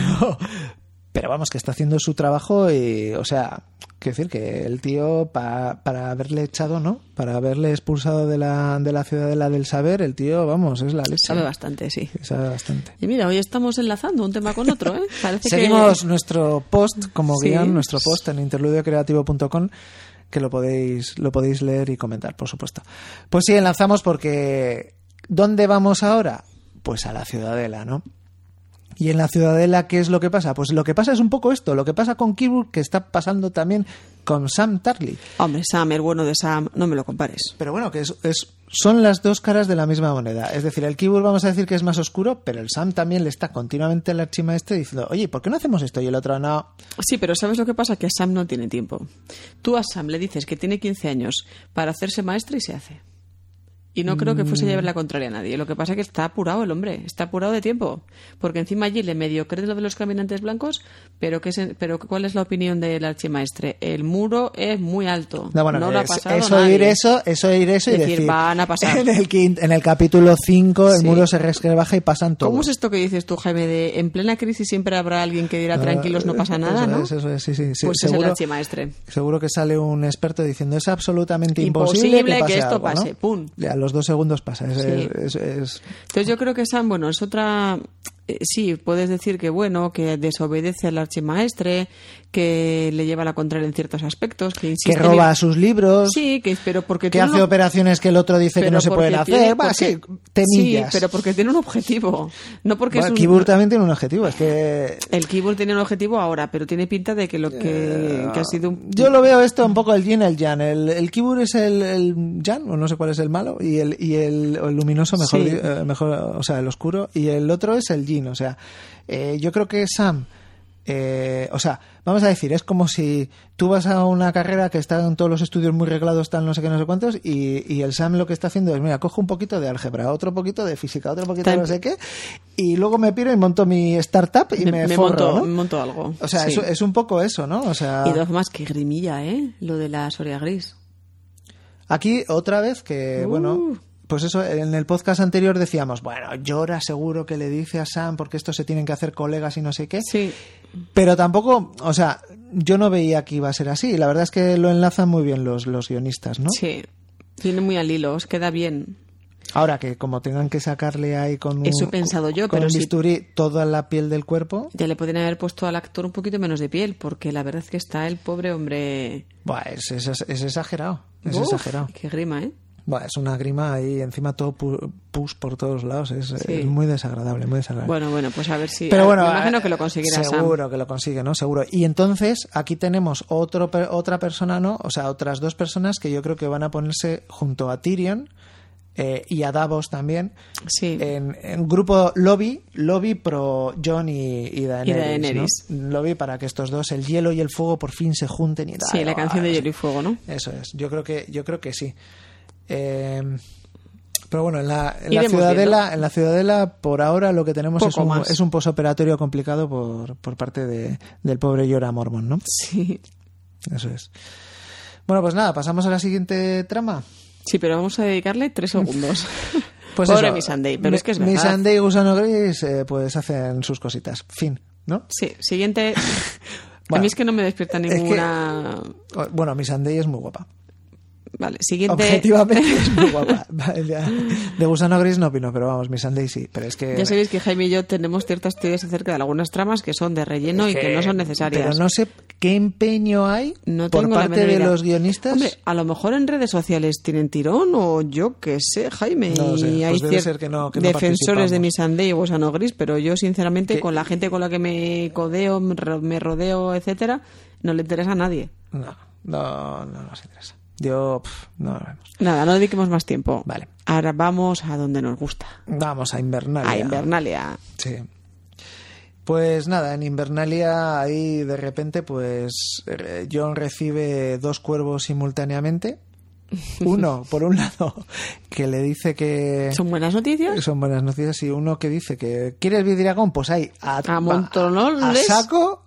Speaker 2: Pero vamos, que está haciendo su trabajo y, o sea, quiero decir que el tío, pa- para haberle echado, ¿no? Para haberle expulsado de la, de la ciudadela del saber, el tío, vamos, es la leche.
Speaker 3: Sabe bastante, sí.
Speaker 2: Sabe bastante.
Speaker 3: Y mira, hoy estamos enlazando un tema con otro, ¿eh? Parece
Speaker 2: Seguimos
Speaker 3: que...
Speaker 2: nuestro post como
Speaker 3: Sí.
Speaker 2: guión, nuestro post en interludiocreativo.com que lo podéis, lo podéis leer y comentar, por supuesto. Pues sí, enlazamos porque ¿dónde vamos ahora? Pues a la ciudadela, ¿no? Y en la ciudadela, ¿qué es lo que pasa? Pues lo que pasa es un poco esto, lo que pasa con Kirby, que está pasando también con Sam Tarly.
Speaker 3: Hombre, Sam, el bueno de Sam, no me lo compares.
Speaker 2: Pero bueno, que es, es- son las dos caras de la misma moneda. Es decir, el Kibur vamos a decir que es más oscuro, pero el Sam también le está continuamente al archima este diciendo, oye, ¿por qué no hacemos esto? Y el otro, no,
Speaker 3: Sí, pero ¿sabes lo que pasa? Que a Sam no tiene tiempo. Tú a Sam le dices que tiene 15 años para hacerse maestra y se hace. Y no creo que fuese a
Speaker 2: Mm.
Speaker 3: llevar la contraria a nadie. Lo que pasa es que está apurado el hombre, está apurado de tiempo. Porque encima allí le medio cree lo de los caminantes blancos, pero, ¿qué se- pero ¿cuál es la opinión del archimaestre? El muro es muy alto.
Speaker 2: No, bueno,
Speaker 3: lo ha
Speaker 2: es-
Speaker 3: pasado
Speaker 2: eso
Speaker 3: nadie.
Speaker 2: ir eso, eso ir eso y
Speaker 3: Decir,
Speaker 2: decir,
Speaker 3: van a pasar.
Speaker 2: [LAUGHS] En el, quin- en el capítulo 5 el
Speaker 3: Sí.
Speaker 2: muro se resquebraja y pasan todos.
Speaker 3: ¿Cómo es esto que dices tú, Jaime? De en plena crisis siempre habrá alguien que dirá tranquilos, no pasa nada,
Speaker 2: Ah, Eso
Speaker 3: ¿no?
Speaker 2: es, eso es, sí, sí, sí,
Speaker 3: pues es el
Speaker 2: seguro,
Speaker 3: archimaestre.
Speaker 2: seguro que sale un experto diciendo es absolutamente imposible,
Speaker 3: Imposible
Speaker 2: que, pase
Speaker 3: que esto
Speaker 2: algo", ¿no?
Speaker 3: pase, pum.
Speaker 2: Y A los dos segundos pasa. Es,
Speaker 3: Sí.
Speaker 2: es- es- es-
Speaker 3: Entonces yo creo que Sam, bueno, es otra... eh, Sí, puedes decir que bueno, que desobedece al archimaestre, que le lleva la contraria en ciertos aspectos, que
Speaker 2: que
Speaker 3: insiste... en-
Speaker 2: roba sus libros,
Speaker 3: Sí, que, pero porque
Speaker 2: que
Speaker 3: tiene
Speaker 2: hace
Speaker 3: un-
Speaker 2: operaciones que el otro dice que
Speaker 3: pero
Speaker 2: no se
Speaker 3: porque
Speaker 2: pueden hacer.
Speaker 3: tiene-
Speaker 2: va,
Speaker 3: porque-
Speaker 2: sí, temillas.
Speaker 3: Sí, pero porque tiene un objetivo. No porque
Speaker 2: Bueno,
Speaker 3: es un...
Speaker 2: Kibur también tiene un objetivo, es que...
Speaker 3: El Keyboard tiene un objetivo ahora, pero tiene pinta de que lo que, que ha sido un...
Speaker 2: Eh, Yo lo veo esto un poco el yin y el yang. El, el kibur es el, el yang, o no sé cuál es el malo, y el, y el, o el luminoso, mejor,
Speaker 3: Sí.
Speaker 2: di- eh, mejor, o sea, el oscuro, y el otro es el yin. O sea, eh, yo creo que Sam. eh, o sea, vamos a decir, es como si tú vas a una carrera que están todos los estudios muy reglados, tal, no sé qué, no sé cuántos, y, y el Sam lo que está haciendo es, mira, cojo un poquito de álgebra, otro poquito de física, otro poquito de
Speaker 3: Tal-
Speaker 2: no sé qué, y luego me piro y monto mi startup y me, forro,
Speaker 3: monto,
Speaker 2: ¿no?
Speaker 3: me monto algo.
Speaker 2: O sea,
Speaker 3: sí.
Speaker 2: eso- es, un poco eso, ¿no? O sea,
Speaker 3: Y dos más, que grimilla, ¿eh? Lo de la Soria Gris.
Speaker 2: Aquí otra vez que,
Speaker 3: Uh.
Speaker 2: bueno, pues eso, en el podcast anterior decíamos, bueno, llora seguro que le dice a Sam porque esto se tienen que hacer colegas y no sé qué.
Speaker 3: Sí.
Speaker 2: Pero tampoco, o sea, yo no veía que iba a ser así. La verdad es que lo enlazan muy bien los, los guionistas, ¿no?
Speaker 3: Sí, viene muy al hilo, os queda bien.
Speaker 2: Ahora que como tengan que sacarle ahí con un,
Speaker 3: Eso he pensado yo,
Speaker 2: con
Speaker 3: pero
Speaker 2: un
Speaker 3: si-
Speaker 2: bisturí toda la piel del cuerpo,
Speaker 3: Ya le podrían haber puesto al actor un poquito menos de piel, porque la verdad es que está el pobre hombre.
Speaker 2: buah, es, es- es exagerado. Es
Speaker 3: Uf,
Speaker 2: exagerado.
Speaker 3: Qué grima, ¿eh?
Speaker 2: Buah, es una grima ahí, encima todo pu- pus por todos lados. Es, es muy desagradable, muy desagradable.
Speaker 3: Bueno, bueno, pues a ver si.
Speaker 2: Pero
Speaker 3: a-
Speaker 2: bueno,
Speaker 3: me imagino
Speaker 2: eh,
Speaker 3: que lo conseguirá Sam.
Speaker 2: Seguro que lo consigue, ¿no? Seguro. Y entonces aquí tenemos otro, per- otra persona, ¿no? O sea, otras dos personas que yo creo que van a ponerse junto a Tyrion eh, y a Davos también
Speaker 3: Sí.
Speaker 2: en, en grupo lobby, lobby pro John y, y Daenerys.
Speaker 3: Daenerys.
Speaker 2: ¿no? Lobby para que estos dos, el hielo y el fuego, por fin se junten y tal.
Speaker 3: sí, la canción de
Speaker 2: Ah,
Speaker 3: Hielo y Fuego, ¿no?
Speaker 2: Eso es. Yo creo que, yo creo que sí. Eh, pero bueno, en la, en la
Speaker 3: Iremos
Speaker 2: ciudadela,
Speaker 3: viendo.
Speaker 2: en la ciudadela, por ahora lo que tenemos es
Speaker 3: Poco
Speaker 2: un,
Speaker 3: más.
Speaker 2: es un posoperatorio complicado por, por parte de- del pobre Llora Mormon, ¿no?
Speaker 3: Sí.
Speaker 2: Eso es. Bueno, pues nada, pasamos a la siguiente trama.
Speaker 3: Sí, pero vamos a dedicarle tres segundos.
Speaker 2: [LAUGHS] Pues
Speaker 3: pobre
Speaker 2: eso,
Speaker 3: Miss Sunday, pero
Speaker 2: Mi-
Speaker 3: es que es verdad.
Speaker 2: Miss Sunday y Gusano Gris, eh, pues hacen sus cositas. Fin, ¿no?
Speaker 3: Sí,
Speaker 2: [LAUGHS]
Speaker 3: siguiente. A
Speaker 2: Bueno.
Speaker 3: mí es que no me despierta
Speaker 2: que-
Speaker 3: ninguna.
Speaker 2: O- Bueno, Miss Sunday es muy guapa.
Speaker 3: Vale, siguiente.
Speaker 2: Objetivamente es muy guapa. [LAUGHS] Vale, ya. De gusano gris no opino, pero vamos, Miss Sunday sí. Pero es que.
Speaker 3: Ya sabéis que Jaime y yo tenemos ciertas teorías acerca de algunas tramas que son de relleno y que no son necesarias.
Speaker 2: Eh, Pero no sé qué empeño hay
Speaker 3: No
Speaker 2: por
Speaker 3: tengo la
Speaker 2: parte
Speaker 3: menor
Speaker 2: de
Speaker 3: idea.
Speaker 2: los guionistas.
Speaker 3: Hombre, a lo mejor en redes sociales tienen tirón o yo qué sé, Jaime.
Speaker 2: No lo sé,
Speaker 3: y
Speaker 2: pues
Speaker 3: hay
Speaker 2: debe
Speaker 3: cier-
Speaker 2: ser que no- que no
Speaker 3: defensores de
Speaker 2: participamos.
Speaker 3: mi Sunday y Gusano Gris, pero yo sinceramente
Speaker 2: Que-
Speaker 3: con la gente con la que me codeo, me ro- me rodeo, etcétera, no le interesa a nadie.
Speaker 2: No, no, no nos interesa. Yo, pf, no lo vemos.
Speaker 3: Nada, no dediquemos más tiempo.
Speaker 2: Vale.
Speaker 3: Ahora vamos a donde nos gusta.
Speaker 2: Vamos a Invernalia.
Speaker 3: A Invernalia.
Speaker 2: Sí. Pues nada, en Invernalia ahí de repente pues eh, John recibe dos cuervos
Speaker 3: [LAUGHS]
Speaker 2: simultáneamente. Uno, por un lado, que le dice que
Speaker 3: ¿Son buenas noticias?
Speaker 2: son buenas noticias y uno que dice que ¿quieres vidriagón? Pues ahí, a,
Speaker 3: A montonoles.
Speaker 2: a saco,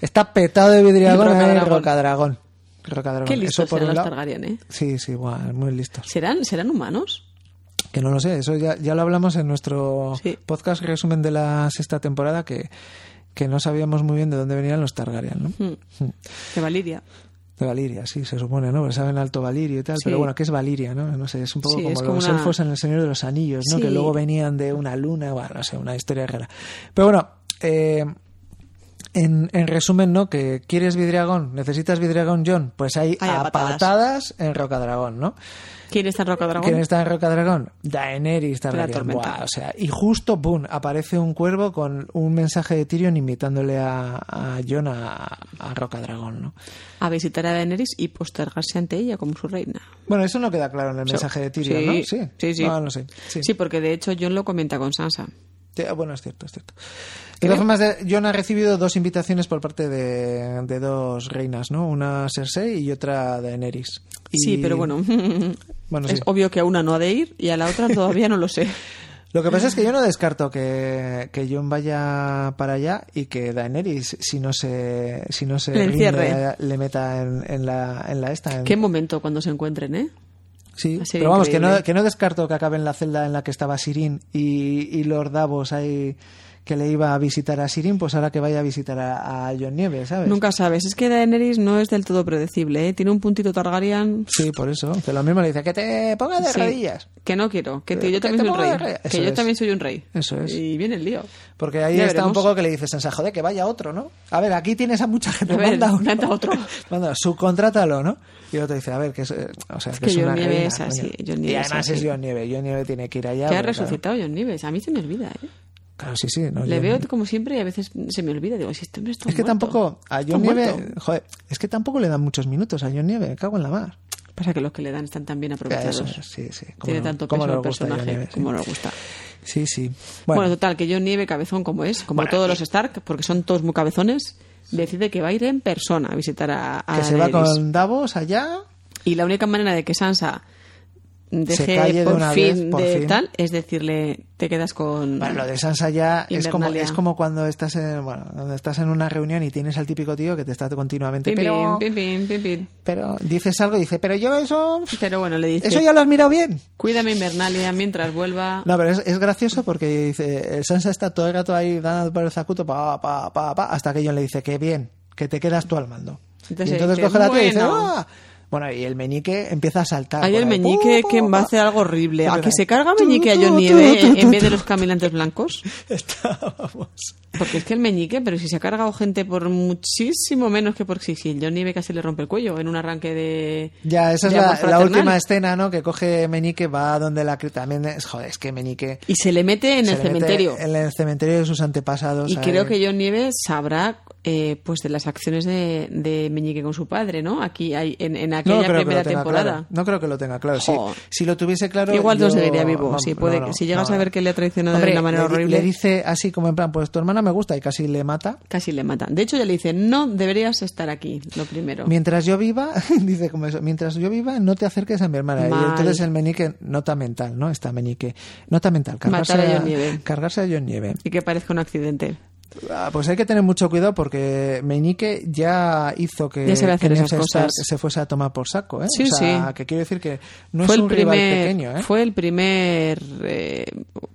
Speaker 2: está petado de vidriagón ahí,
Speaker 3: Rocadragón.
Speaker 2: rocadragón. Rocadragón.
Speaker 3: Qué listos
Speaker 2: Eso por
Speaker 3: serán
Speaker 2: un
Speaker 3: los
Speaker 2: lado.
Speaker 3: Targaryen, ¿eh?
Speaker 2: Sí, sí, guau, muy listos.
Speaker 3: ¿Serán, ¿Serán humanos?
Speaker 2: Que no lo sé, eso ya, ya lo hablamos en nuestro
Speaker 3: Sí.
Speaker 2: podcast resumen de la sexta temporada que, que no sabíamos muy bien de dónde venían los Targaryen, ¿no?
Speaker 3: Mm. De Valiria.
Speaker 2: De Valiria, sí, se supone, ¿no? Porque saben alto Valirio y tal,
Speaker 3: Sí.
Speaker 2: pero bueno, ¿qué es Valiria, no? No sé, es un poco
Speaker 3: Sí,
Speaker 2: como,
Speaker 3: es como
Speaker 2: los
Speaker 3: una-
Speaker 2: elfos en El Señor de los Anillos, ¿no?
Speaker 3: Sí.
Speaker 2: Que luego venían de una luna, bueno, no sé, una historia rara. Pero bueno, eh, en, en resumen, ¿no? Que quieres vidriagón, necesitas vidriagón, John, pues hay
Speaker 3: Hay a
Speaker 2: a
Speaker 3: patadas.
Speaker 2: patadas en Rocadragón, ¿no?
Speaker 3: ¿Quién está en Roca Dragón?
Speaker 2: ¿Quién está en Roca Dragón? Daenerys
Speaker 3: La
Speaker 2: Targaryen.
Speaker 3: tormenta.
Speaker 2: Buah, o sea, y justo, pum, aparece un cuervo con un mensaje de Tyrion invitándole a, a Jon a, a Roca Dragón, ¿no?
Speaker 3: A visitar a Daenerys y postergarse ante ella como su reina.
Speaker 2: Bueno, eso no queda claro en el mensaje de Tyrion, ¿no? Sí,
Speaker 3: sí, sí.
Speaker 2: No, no sé. Sí.
Speaker 3: Sí, porque de hecho John lo comenta con Sansa.
Speaker 2: Sí, ah, Bueno, es cierto, es cierto. De
Speaker 3: Eh.
Speaker 2: todas formas, de- Jon ha recibido dos invitaciones por parte de, de dos reinas, ¿no? Una Cersei y otra Daenerys. Y-
Speaker 3: Sí, pero bueno, [LAUGHS]
Speaker 2: Bueno,
Speaker 3: es
Speaker 2: sí.
Speaker 3: obvio que a una no ha de ir y a la otra todavía no
Speaker 2: [LAUGHS]
Speaker 3: lo sé.
Speaker 2: Lo que pasa es que yo no descarto que, que John vaya para allá y que Daenerys, si no se, si no se
Speaker 3: Le encierre.
Speaker 2: le meta en, en la, en la esta. en-
Speaker 3: Qué momento cuando se encuentren, ¿eh?
Speaker 2: sí,
Speaker 3: va a ser
Speaker 2: pero vamos, que
Speaker 3: increíble.
Speaker 2: no, que no descarto que acabe en la celda en la que estaba Sirin y, y Lord Davos ahí que le iba a visitar a Sirin, pues ahora que vaya a visitar a, a John Nieves, ¿sabes?
Speaker 3: Nunca sabes. Es que Daenerys no es del todo predecible, ¿eh? Tiene un puntito Targaryen.
Speaker 2: Sí, por eso. Que lo mismo le dice, que te pongas de
Speaker 3: Sí.
Speaker 2: rodillas.
Speaker 3: Que no quiero. Que, te-
Speaker 2: Que
Speaker 3: yo también
Speaker 2: te
Speaker 3: soy un
Speaker 2: ponga de
Speaker 3: rey.
Speaker 2: rey.
Speaker 3: Que
Speaker 2: Eso
Speaker 3: yo
Speaker 2: es.
Speaker 3: también soy un rey.
Speaker 2: Eso es.
Speaker 3: Y viene el lío.
Speaker 2: Porque ahí
Speaker 3: Ya
Speaker 2: está un
Speaker 3: veremos.
Speaker 2: poco que le dices, Sansa, joder, que vaya otro, ¿no? A ver, aquí tienes a mucha gente,
Speaker 3: A ver,
Speaker 2: manda uno.
Speaker 3: manda otro.
Speaker 2: [LAUGHS] manda, subcontrátalo, ¿no? Y el otro dice, a ver, que es, eh, o sea, que
Speaker 3: que
Speaker 2: es
Speaker 3: John
Speaker 2: una
Speaker 3: Nieve
Speaker 2: reina,
Speaker 3: es así,
Speaker 2: coño.
Speaker 3: John
Speaker 2: Y
Speaker 3: Nieve es
Speaker 2: además es
Speaker 3: así.
Speaker 2: John Nieve, John Nieve tiene que ir allá.
Speaker 3: Que ha
Speaker 2: porque, claro,
Speaker 3: resucitado John Nieves. A mí se me olvida, ¿eh?
Speaker 2: Claro, sí, sí. no,
Speaker 3: Le
Speaker 2: John-
Speaker 3: veo como siempre y a veces se me olvida. Digo, si este hombre está
Speaker 2: Es que
Speaker 3: muerto.
Speaker 2: tampoco, a
Speaker 3: Está
Speaker 2: John Nieve,
Speaker 3: muerto.
Speaker 2: joder, es que tampoco le dan muchos minutos a John Nieve, me cago en la mar.
Speaker 3: Pasa que los que le dan están tan bien
Speaker 2: Ya,
Speaker 3: aprovechados.
Speaker 2: eso es, sí, sí. Cómo
Speaker 3: Tiene
Speaker 2: no-
Speaker 3: tanto
Speaker 2: cómo
Speaker 3: peso
Speaker 2: no
Speaker 3: el
Speaker 2: le gusta a John
Speaker 3: personaje
Speaker 2: Nieve, sí.
Speaker 3: como nos gusta.
Speaker 2: Sí, sí.
Speaker 3: Bueno.
Speaker 2: Bueno,
Speaker 3: total, que John Nieve, cabezón como es, como
Speaker 2: Bueno, eh,
Speaker 3: todos
Speaker 2: y-
Speaker 3: los Stark, porque son todos muy cabezones, decide que va a ir en persona a visitar a, a
Speaker 2: que se va
Speaker 3: Daenerys.
Speaker 2: con Davos allá.
Speaker 3: Y la única manera de que Sansa
Speaker 2: calle de
Speaker 3: deje por
Speaker 2: una
Speaker 3: fin
Speaker 2: vez, por
Speaker 3: de
Speaker 2: fin.
Speaker 3: tal es decirle, te quedas con...
Speaker 2: Bueno, lo de Sansa ya es como,
Speaker 3: Invernalia.
Speaker 2: es como cuando estás en, bueno, cuando estás en una reunión y tienes al típico tío que te está continuamente
Speaker 3: Pim,
Speaker 2: pero,
Speaker 3: pim, pim, pim, pim".
Speaker 2: pero dices algo y dice, pero yo eso
Speaker 3: Pero bueno, le dice,
Speaker 2: eso ya lo has mirado bien.
Speaker 3: cuídame Invernalia mientras vuelva...
Speaker 2: No, pero es, es gracioso porque dice, eh, Sansa está todo el rato ahí dando por el zacuto pa pa pa pa hasta que Jon le dice que bien, que te quedas tú al mando. Y
Speaker 3: Entonces
Speaker 2: Entonces,
Speaker 3: dice,
Speaker 2: coge la tía y dice,
Speaker 3: "Bueno".
Speaker 2: "Ah". bueno, y el meñique empieza a saltar.
Speaker 3: Hay
Speaker 2: por
Speaker 3: el
Speaker 2: ahí.
Speaker 3: meñique
Speaker 2: Pa,
Speaker 3: que
Speaker 2: pa,
Speaker 3: va a
Speaker 2: pa.
Speaker 3: hacer algo horrible. ¿A
Speaker 2: Pero
Speaker 3: que
Speaker 2: ahí,
Speaker 3: se carga
Speaker 2: tu,
Speaker 3: meñique a
Speaker 2: tu,
Speaker 3: John
Speaker 2: tu,
Speaker 3: Nieve
Speaker 2: tu, tu,
Speaker 3: en vez de
Speaker 2: tu.
Speaker 3: los caminantes blancos?
Speaker 2: Estábamos.
Speaker 3: Porque es que el meñique, pero si se ha cargado gente por muchísimo menos que por sí, sí, el John Nieve casi le rompe el cuello en un arranque de.
Speaker 2: Ya, esa es
Speaker 3: de amor
Speaker 2: la, la
Speaker 3: fraternal.
Speaker 2: última escena, ¿no? Que coge Meñique, va a donde la... cri- También es... Joder, es que Meñique...
Speaker 3: Y se le mete en
Speaker 2: se
Speaker 3: el
Speaker 2: le mete
Speaker 3: cementerio.
Speaker 2: En el cementerio de sus antepasados.
Speaker 3: Y
Speaker 2: ahí.
Speaker 3: creo que John Nieve sabrá eh, pues de las acciones de, de Meñique con su padre, ¿no? Aquí hay, en, en
Speaker 2: No
Speaker 3: aquella
Speaker 2: creo que lo
Speaker 3: primera
Speaker 2: tenga
Speaker 3: temporada.
Speaker 2: claro. No creo que lo tenga claro. Si,
Speaker 3: Jo.
Speaker 2: si lo tuviese claro...
Speaker 3: Igual no
Speaker 2: yo-
Speaker 3: seguiría vivo.
Speaker 2: no,
Speaker 3: si, puede,
Speaker 2: no, no,
Speaker 3: si llegas
Speaker 2: no.
Speaker 3: a ver que le ha traicionado
Speaker 2: Hombre,
Speaker 3: de una manera
Speaker 2: le di-
Speaker 3: horrible,
Speaker 2: Le dice así como en plan, pues tu hermana me gusta y casi le mata.
Speaker 3: casi le matan. De hecho, ya le dice, no deberías estar aquí, lo primero.
Speaker 2: Mientras yo viva, [LAUGHS] dice como eso, mientras yo viva no te acerques a mi hermana.
Speaker 3: Mal.
Speaker 2: Y entonces el Meñique, nota mental, ¿no? Está Meñique. Nota mental, cargarse
Speaker 3: Matar a John Nieve.
Speaker 2: Cargarse a John Nieve.
Speaker 3: Y que parezca un accidente.
Speaker 2: Ah, pues hay que tener mucho cuidado porque Meñique ya hizo que,
Speaker 3: Ya sabe hacer
Speaker 2: que Ned
Speaker 3: esas cosas.
Speaker 2: Stark se fuese a tomar por saco, ¿eh?
Speaker 3: Sí,
Speaker 2: o sea,
Speaker 3: sí.
Speaker 2: que quiero decir que no
Speaker 3: fue
Speaker 2: es
Speaker 3: el
Speaker 2: un
Speaker 3: primer,
Speaker 2: rival pequeño, ¿eh?
Speaker 3: Fue el primer eh,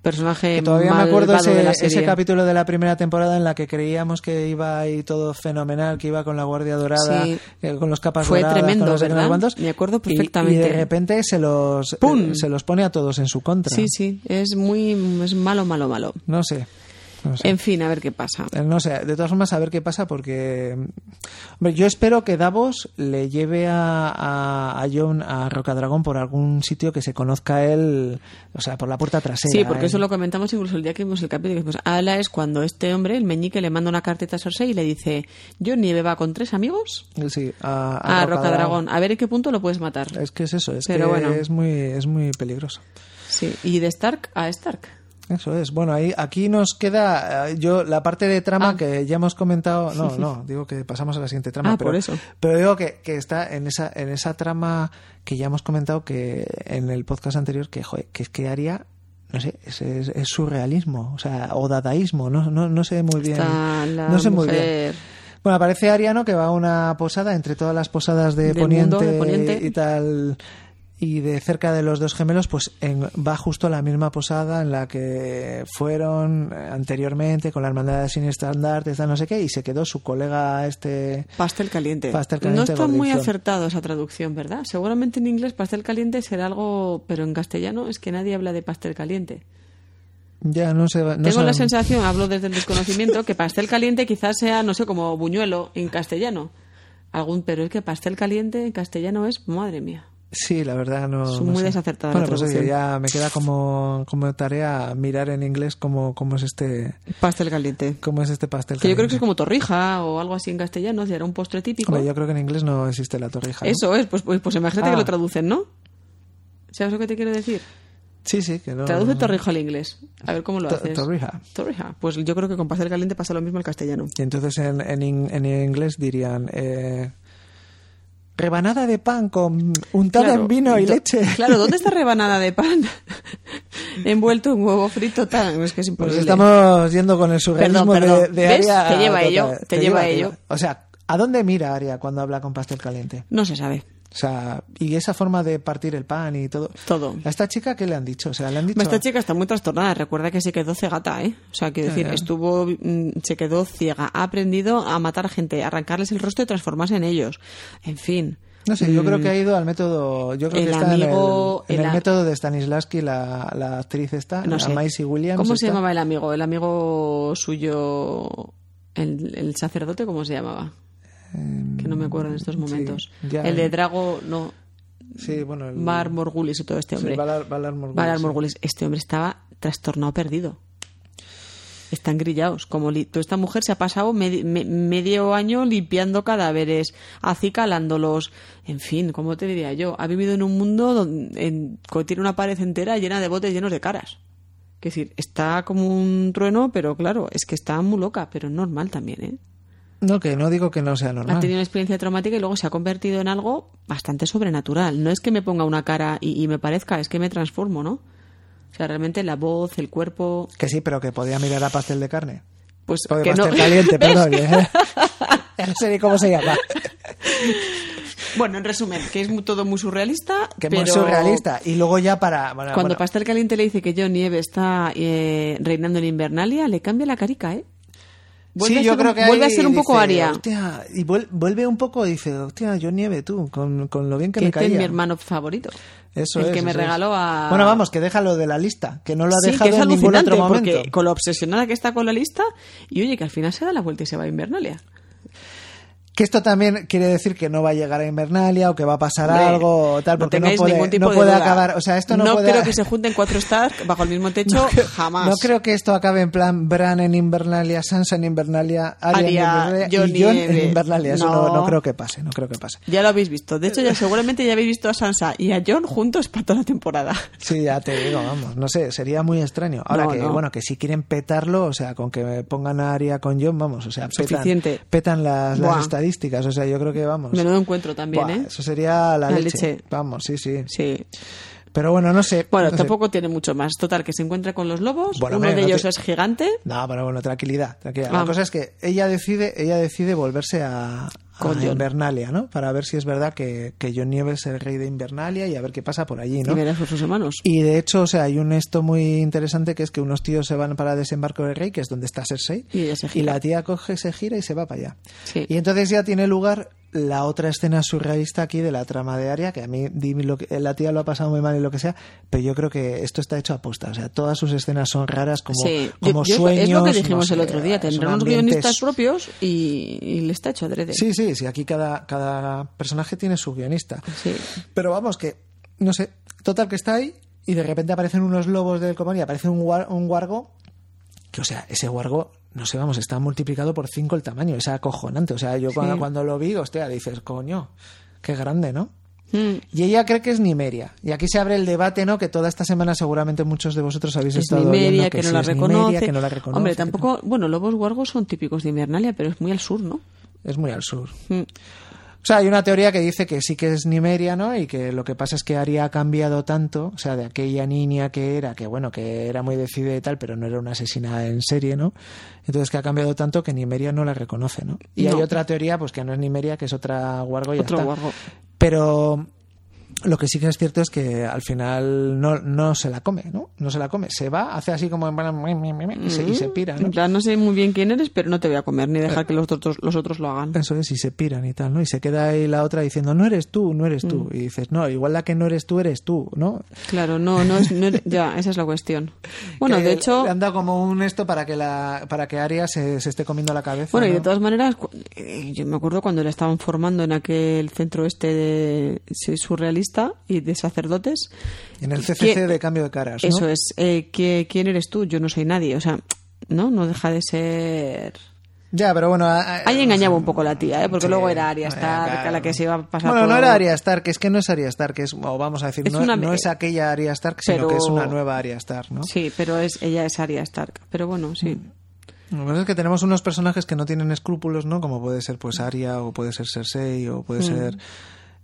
Speaker 3: personaje
Speaker 2: Que Eh, todavía me acuerdo
Speaker 3: malvado de
Speaker 2: ese,
Speaker 3: la serie.
Speaker 2: ese capítulo de la primera temporada en la que creíamos que iba ahí todo fenomenal, que iba con la guardia dorada,
Speaker 3: Sí.
Speaker 2: eh, con los capas
Speaker 3: Fue
Speaker 2: doradas, con
Speaker 3: tremendo,
Speaker 2: no sé qué, no sé
Speaker 3: ¿verdad?
Speaker 2: cuántos.
Speaker 3: Me acuerdo
Speaker 2: Y- Y,
Speaker 3: perfectamente.
Speaker 2: de repente se los,
Speaker 3: ¡Pum!
Speaker 2: eh, se los pone a todos en su contra.
Speaker 3: Sí, sí, es muy es malo, malo, malo.
Speaker 2: No sé. No sé.
Speaker 3: En fin, a ver qué pasa.
Speaker 2: Eh, No sé, de todas formas, a ver qué pasa, porque. Hombre, yo espero que Davos le lleve a, a, a John a Rocadragón por algún sitio que se conozca él, o sea, por la puerta trasera.
Speaker 3: Sí, porque
Speaker 2: ¿eh?
Speaker 3: eso lo comentamos incluso el día que vimos el capítulo. que dijimos, Ala es cuando este hombre, el meñique, le manda una cartita a Cersei y le dice, yo nieve va con tres amigos
Speaker 2: Sí, a,
Speaker 3: a,
Speaker 2: a
Speaker 3: Ah, Rocadragón. A ver en qué punto lo puedes matar.
Speaker 2: Es que es eso, es
Speaker 3: Pero
Speaker 2: que
Speaker 3: bueno.
Speaker 2: es, muy, es muy peligroso.
Speaker 3: Sí. Y de Stark a Stark.
Speaker 2: Eso es. Bueno, ahí, aquí nos queda eh, yo la parte de trama
Speaker 3: Ah.
Speaker 2: que ya hemos comentado.
Speaker 3: [LAUGHS]
Speaker 2: No, no, digo que pasamos a la siguiente trama.
Speaker 3: Ah,
Speaker 2: pero,
Speaker 3: por eso.
Speaker 2: Pero digo que, que está en esa, en esa trama que ya hemos comentado que en el podcast anterior que, joder, que es que haría, no sé, es, es- es surrealismo, o sea, o dadaísmo, no, no, no sé muy bien.
Speaker 3: Está la
Speaker 2: no sé muy bien.
Speaker 3: mujer-
Speaker 2: Bueno, aparece Ariano que va a una posada entre todas las posadas de,
Speaker 3: Del
Speaker 2: Poniente,
Speaker 3: mundo, de Poniente.
Speaker 2: y tal y de cerca de los dos gemelos pues en- va justo a la misma posada en la que fueron eh, anteriormente con la hermandad sin estandarte tal no sé qué y se quedó su colega este
Speaker 3: Pastel caliente.
Speaker 2: Pastel caliente
Speaker 3: No está muy
Speaker 2: gordinflón.
Speaker 3: acertado esa traducción, ¿verdad? Seguramente en inglés pastel caliente será algo, pero en castellano es que nadie habla de pastel caliente.
Speaker 2: ya no se va- no
Speaker 3: Tengo la
Speaker 2: sabe-
Speaker 3: sensación, hablo desde el desconocimiento, que pastel caliente quizás sea, no sé, como buñuelo en castellano. Algún, pero es que pastel caliente en castellano es, madre mía.
Speaker 2: sí la verdad no
Speaker 3: Es
Speaker 2: no
Speaker 3: muy
Speaker 2: sé.
Speaker 3: desacertada la
Speaker 2: bueno pues oye,
Speaker 3: traducción.
Speaker 2: ya me queda como como tarea mirar en inglés cómo, cómo es este
Speaker 3: Pastel caliente.
Speaker 2: cómo es este pastel
Speaker 3: Que yo creo
Speaker 2: caliente.
Speaker 3: que es como torrija o algo así en castellano, será un postre típico.
Speaker 2: Hombre, yo creo que en inglés no existe la torrija ¿no?
Speaker 3: Eso es, pues, pues, pues imagínate
Speaker 2: Ah.
Speaker 3: que lo traducen, ¿no? ¿Sabes lo que te quiero decir?
Speaker 2: sí sí que no
Speaker 3: Traduce
Speaker 2: no-
Speaker 3: torrija al inglés. A ver cómo lo
Speaker 2: To-
Speaker 3: haces.
Speaker 2: torrija.
Speaker 3: Torrija. Pues yo creo que con pastel caliente pasa lo mismo al castellano.
Speaker 2: Y entonces en, en, in- en inglés dirían eh, rebanada de pan con untada en vino y
Speaker 3: do-
Speaker 2: leche.
Speaker 3: [LAUGHS] Claro, ¿dónde está rebanada de pan? Envuelto en huevo frito tan. Es que es
Speaker 2: [LAUGHS] Pues
Speaker 3: imposible.
Speaker 2: estamos yendo con el surrealismo
Speaker 3: Perdón,
Speaker 2: de-
Speaker 3: perdón.
Speaker 2: de,
Speaker 3: ¿Ves?
Speaker 2: Aria.
Speaker 3: Te lleva
Speaker 2: a-
Speaker 3: ello, te lleva ello.
Speaker 2: O sea, ¿a dónde mira Aria cuando habla con pastel caliente?
Speaker 3: No se sabe.
Speaker 2: O sea, y esa forma de partir el pan y todo.
Speaker 3: Todo.
Speaker 2: ¿A esta chica qué le han dicho? O sea, le han dicho.
Speaker 3: Esta chica está muy trastornada. Recuerda que se quedó cegata, ¿eh? O sea, quiero decir,
Speaker 2: ya.
Speaker 3: estuvo, mm, se quedó ciega. Ha aprendido a matar gente, a arrancarles el rostro y transformarse en ellos. En fin.
Speaker 2: No sé, yo creo que ha ido al método. Yo creo
Speaker 3: El
Speaker 2: que está en el-
Speaker 3: amigo,
Speaker 2: en el,
Speaker 3: el a-
Speaker 2: método de Stanislavski, la, la actriz esta,
Speaker 3: No
Speaker 2: la
Speaker 3: sé.
Speaker 2: Maisie Williams.
Speaker 3: ¿Cómo
Speaker 2: esta.
Speaker 3: se llamaba el amigo? El amigo suyo, el, el sacerdote, ¿cómo se llamaba?
Speaker 2: Em,
Speaker 3: Que no me acuerdo en estos momentos.
Speaker 2: ya,
Speaker 3: el
Speaker 2: eh.
Speaker 3: de Drago, no,
Speaker 2: Sí, bueno. el-
Speaker 3: Bar Morgulis y todo este
Speaker 2: Sí,
Speaker 3: hombre.
Speaker 2: Valar, Valar Morghulis,
Speaker 3: Valar
Speaker 2: sí.
Speaker 3: Morgulis. Este hombre estaba trastornado, perdido. Están grillados. Como li- toda esta mujer se ha pasado medi- me- medio año limpiando cadáveres, acicalándolos. En fin, ¿cómo te diría yo? Ha vivido en un mundo donde en- co- tiene una pared entera llena de botes llenos de caras. Que decir, está como un trueno, pero claro, es que está muy loca, pero normal también, ¿eh?
Speaker 2: No, que no digo que no sea normal.
Speaker 3: Ha tenido una experiencia traumática y luego se ha convertido en algo bastante sobrenatural. No es que me ponga una cara y, y me parezca, es que me transformo, ¿no? O sea, realmente la voz, el cuerpo.
Speaker 2: Que sí, pero que podía mirar a pastel de carne.
Speaker 3: Pues
Speaker 2: O de
Speaker 3: que no.
Speaker 2: pastel caliente, perdón. ¿eh? [LAUGHS] Ya no sé ni cómo se llama.
Speaker 3: [LAUGHS] Bueno, en resumen, que es mu- todo muy surrealista.
Speaker 2: Que
Speaker 3: pero
Speaker 2: es surrealista. Y luego ya para... bueno,
Speaker 3: Cuando
Speaker 2: bueno,
Speaker 3: Pastel Caliente le dice que John Nieve está eh, reinando en Invernalia, le cambia la carica, ¿eh? Vuelve
Speaker 2: sí,
Speaker 3: a
Speaker 2: yo
Speaker 3: ser
Speaker 2: creo
Speaker 3: un-
Speaker 2: que
Speaker 3: Vuelve a
Speaker 2: ahí
Speaker 3: ser un poco
Speaker 2: dice,
Speaker 3: aria.
Speaker 2: "Hostia", y vuel- vuelve un poco y dice, hostia, yo nieve tú, con, con lo bien que,
Speaker 3: Que
Speaker 2: me
Speaker 3: este es
Speaker 2: caía.
Speaker 3: mi hermano favorito.
Speaker 2: Eso
Speaker 3: el
Speaker 2: es,
Speaker 3: que me
Speaker 2: eso es.
Speaker 3: regaló a-
Speaker 2: Bueno, vamos, que déjalo de la lista, que no lo ha
Speaker 3: sí,
Speaker 2: dejado
Speaker 3: que es
Speaker 2: en ningún
Speaker 3: alucinante
Speaker 2: otro
Speaker 3: porque
Speaker 2: momento.
Speaker 3: con lo obsesionada que está con la lista y oye que al final se da la vuelta y se va a Invernalia.
Speaker 2: Que esto también quiere decir que no va a llegar a Invernalia o que va a pasar
Speaker 3: Hombre,
Speaker 2: algo o tal, porque no
Speaker 3: tengáis ningún
Speaker 2: puede,
Speaker 3: tipo
Speaker 2: no
Speaker 3: de
Speaker 2: puede
Speaker 3: duda.
Speaker 2: acabar. O sea, esto no, puede
Speaker 3: creo que se junten cuatro Stark bajo el mismo techo
Speaker 2: No creo-
Speaker 3: jamás.
Speaker 2: No creo que esto acabe en plan Bran en Invernalia, Sansa en Invernalia, Arya en
Speaker 3: Arya,
Speaker 2: Invernalia y
Speaker 3: Johnny
Speaker 2: Jon
Speaker 3: en-
Speaker 2: en Invernalia. Eso no.
Speaker 3: No.
Speaker 2: no creo que pase, no creo que pase.
Speaker 3: Ya lo habéis visto. De hecho, ya seguramente ya habéis visto a Sansa y a John juntos para toda la temporada.
Speaker 2: Sí, ya te digo, vamos, no sé, sería muy extraño. Ahora
Speaker 3: No,
Speaker 2: que,
Speaker 3: no.
Speaker 2: bueno, que si quieren petarlo, o sea, con que pongan a Arya con Jon, vamos, o sea, petan,
Speaker 3: Suficiente.
Speaker 2: petan las, las
Speaker 3: Buah.
Speaker 2: estadísticas, o sea, yo creo que vamos.
Speaker 3: Menudo encuentro también,
Speaker 2: Buah,
Speaker 3: ¿eh?
Speaker 2: Eso sería la,
Speaker 3: La
Speaker 2: leche.
Speaker 3: leche.
Speaker 2: Vamos, sí, sí.
Speaker 3: Sí.
Speaker 2: Pero bueno, no sé.
Speaker 3: Bueno,
Speaker 2: no sé.
Speaker 3: tampoco tiene mucho más. Total, que se encuentra con los lobos.
Speaker 2: Bueno,
Speaker 3: Uno
Speaker 2: hombre,
Speaker 3: de
Speaker 2: no
Speaker 3: ellos
Speaker 2: te-
Speaker 3: es gigante.
Speaker 2: No, pero bueno, tranquilidad, tranquilidad. La
Speaker 3: Vamos.
Speaker 2: cosa es que ella decide, ella decide volverse a, a
Speaker 3: Con John.
Speaker 2: Invernalia, ¿no? Para ver si es verdad que, que John Nieve es el rey de Invernalia y a ver qué pasa por allí,
Speaker 3: Y
Speaker 2: ¿no?
Speaker 3: verás a sus hermanos.
Speaker 2: Y de hecho, o sea, hay un esto muy interesante que es que unos tíos se van para desembarco del rey, que es donde está Cersei,
Speaker 3: Y ella se
Speaker 2: y
Speaker 3: gira.
Speaker 2: la tía coge, se gira y se va para allá.
Speaker 3: Sí.
Speaker 2: Y entonces ya tiene lugar la otra escena surrealista aquí de la trama de Aria, que a mí dime lo que- eh, la tía lo ha pasado muy mal y lo que sea, pero yo creo que esto está hecho a posta. O sea, todas sus escenas son raras como,
Speaker 3: Sí.
Speaker 2: como
Speaker 3: Yo- yo-
Speaker 2: sueños.
Speaker 3: es lo que
Speaker 2: no
Speaker 3: dijimos el
Speaker 2: sé,
Speaker 3: otro día.
Speaker 2: son
Speaker 3: Tendrán unos
Speaker 2: ambientes-
Speaker 3: guionistas propios y, y le está hecho adrede.
Speaker 2: Sí, sí, sí. Aquí cada, cada personaje tiene su guionista.
Speaker 3: Sí.
Speaker 2: Pero vamos, que, no sé, total que está ahí y de repente aparecen unos lobos del comando y aparece un, guar- un guargo, que o sea, ese guargo, no sé, vamos, está multiplicado por 5 el tamaño, es acojonante. O sea, yo cuando,
Speaker 3: Sí.
Speaker 2: cuando lo vi, hostia, dices, coño, qué grande, ¿no?
Speaker 3: Mm.
Speaker 2: Y ella cree que es Nimeria. Y aquí se abre el debate, ¿no? Que toda esta semana seguramente muchos de vosotros habéis
Speaker 3: Es
Speaker 2: estado
Speaker 3: Nimeria,
Speaker 2: oyendo
Speaker 3: que, no
Speaker 2: sí
Speaker 3: la
Speaker 2: es Nimeria,
Speaker 3: reconoce.
Speaker 2: que no la reconoce.
Speaker 3: Hombre,
Speaker 2: que tal.
Speaker 3: tampoco. Bueno, lobos guargos son típicos de Invernalia, pero es muy al sur, ¿no?
Speaker 2: Es muy al sur.
Speaker 3: Mm.
Speaker 2: O sea, hay una teoría que dice que sí que es Nimeria, ¿no? Y que lo que pasa es que Aria ha cambiado tanto, o sea, de aquella niña que era, que bueno, que era muy decidida y tal, pero no era una asesina en serie, ¿no? Entonces que ha cambiado tanto que Nimeria no la reconoce, ¿no? Y hay
Speaker 3: No.
Speaker 2: otra teoría, pues que no es Nimeria, que es otra Wargo y ya
Speaker 3: Otro
Speaker 2: está.
Speaker 3: guargo.
Speaker 2: Pero lo que sí que es cierto es que al final no, no se la come, ¿no? No se la come. Se va, hace así como en plan, "me, me, me", y se, y se pira, ¿no?
Speaker 3: Mm.
Speaker 2: Eh.
Speaker 3: En plan, no sé muy bien quién eres, pero no te voy a comer ni dejar que los otros, los otros
Speaker 2: [LAUGHS]
Speaker 3: lo hagan.
Speaker 2: Eso es, y se piran y tal, ¿no? Y se queda ahí la otra diciendo, no eres tú, no eres tú.
Speaker 3: Mm.
Speaker 2: Y dices, no, igual la que no eres tú, eres tú, ¿no?
Speaker 3: Claro, no, no es. no es- ya, esa es la cuestión. Bueno,
Speaker 2: Que
Speaker 3: de
Speaker 2: le-
Speaker 3: hecho.
Speaker 2: Le han dado como un esto para que, la, para que Aria se, se esté comiendo la cabeza.
Speaker 3: Bueno, y
Speaker 2: ¿no?
Speaker 3: de todas maneras, cu- eh, yo me acuerdo cuando la estaban formando en aquel centro este de sí, surrealista y de sacerdotes.
Speaker 2: En el CCC
Speaker 3: que-
Speaker 2: de cambio de caras, ¿no?
Speaker 3: Eso es, eh, que, ¿quién eres tú? Yo no soy nadie, o sea, no, no deja de ser...
Speaker 2: Ya, pero bueno... a- a-
Speaker 3: Ahí engañaba un poco la tía, ¿eh? porque
Speaker 2: Sí,
Speaker 3: luego era Aria
Speaker 2: no,
Speaker 3: Stark
Speaker 2: claro.
Speaker 3: a la que se iba a pasar
Speaker 2: Bueno, no
Speaker 3: todo.
Speaker 2: era Aria Stark, es que no es Aria Stark, es, o vamos a decir,
Speaker 3: Es
Speaker 2: no,
Speaker 3: una-
Speaker 2: no es aquella Aria Stark, sino
Speaker 3: pero-
Speaker 2: que es una nueva Aria Stark, ¿no? Mm,
Speaker 3: Sí, pero es, ella es Aria Stark, pero bueno, sí.
Speaker 2: Lo que pasa es que tenemos unos personajes que no tienen escrúpulos, ¿no? Como puede ser pues Arya, o puede ser Cersei, o
Speaker 3: Mm.
Speaker 2: puede ser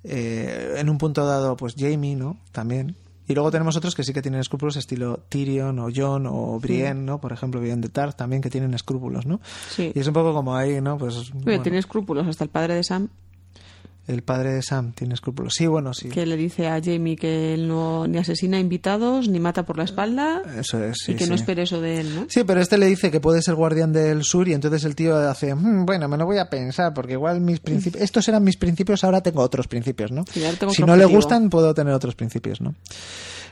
Speaker 2: eh, en un punto dado pues Jamie, ¿no? También. Y luego tenemos otros que sí que tienen escrúpulos, estilo Tyrion o Jon o Brienne, ¿no? Por ejemplo, Brienne de Tarth también que tienen escrúpulos, ¿no?
Speaker 3: Sí.
Speaker 2: Y es un poco como ahí, ¿no? Pues
Speaker 3: Oye,
Speaker 2: bueno,
Speaker 3: tiene escrúpulos hasta el padre de Sam
Speaker 2: el padre de Sam tiene escrúpulos. Sí, bueno, sí.
Speaker 3: que le dice a Jamie que él no ni asesina invitados ni mata por la espalda
Speaker 2: Eso es, Eh, sí,
Speaker 3: y que
Speaker 2: sí.
Speaker 3: no espere eso de él, ¿no?
Speaker 2: Sí, pero este le dice que puede ser guardián del sur y entonces el tío hace, "Mm, bueno, me lo voy a pensar porque igual mis principios, estos eran mis principios, ahora tengo otros principios, ¿no?
Speaker 3: Sí, ahora tengo
Speaker 2: si
Speaker 3: otro
Speaker 2: no le
Speaker 3: objetivo".
Speaker 2: gustan, puedo tener otros principios, ¿no?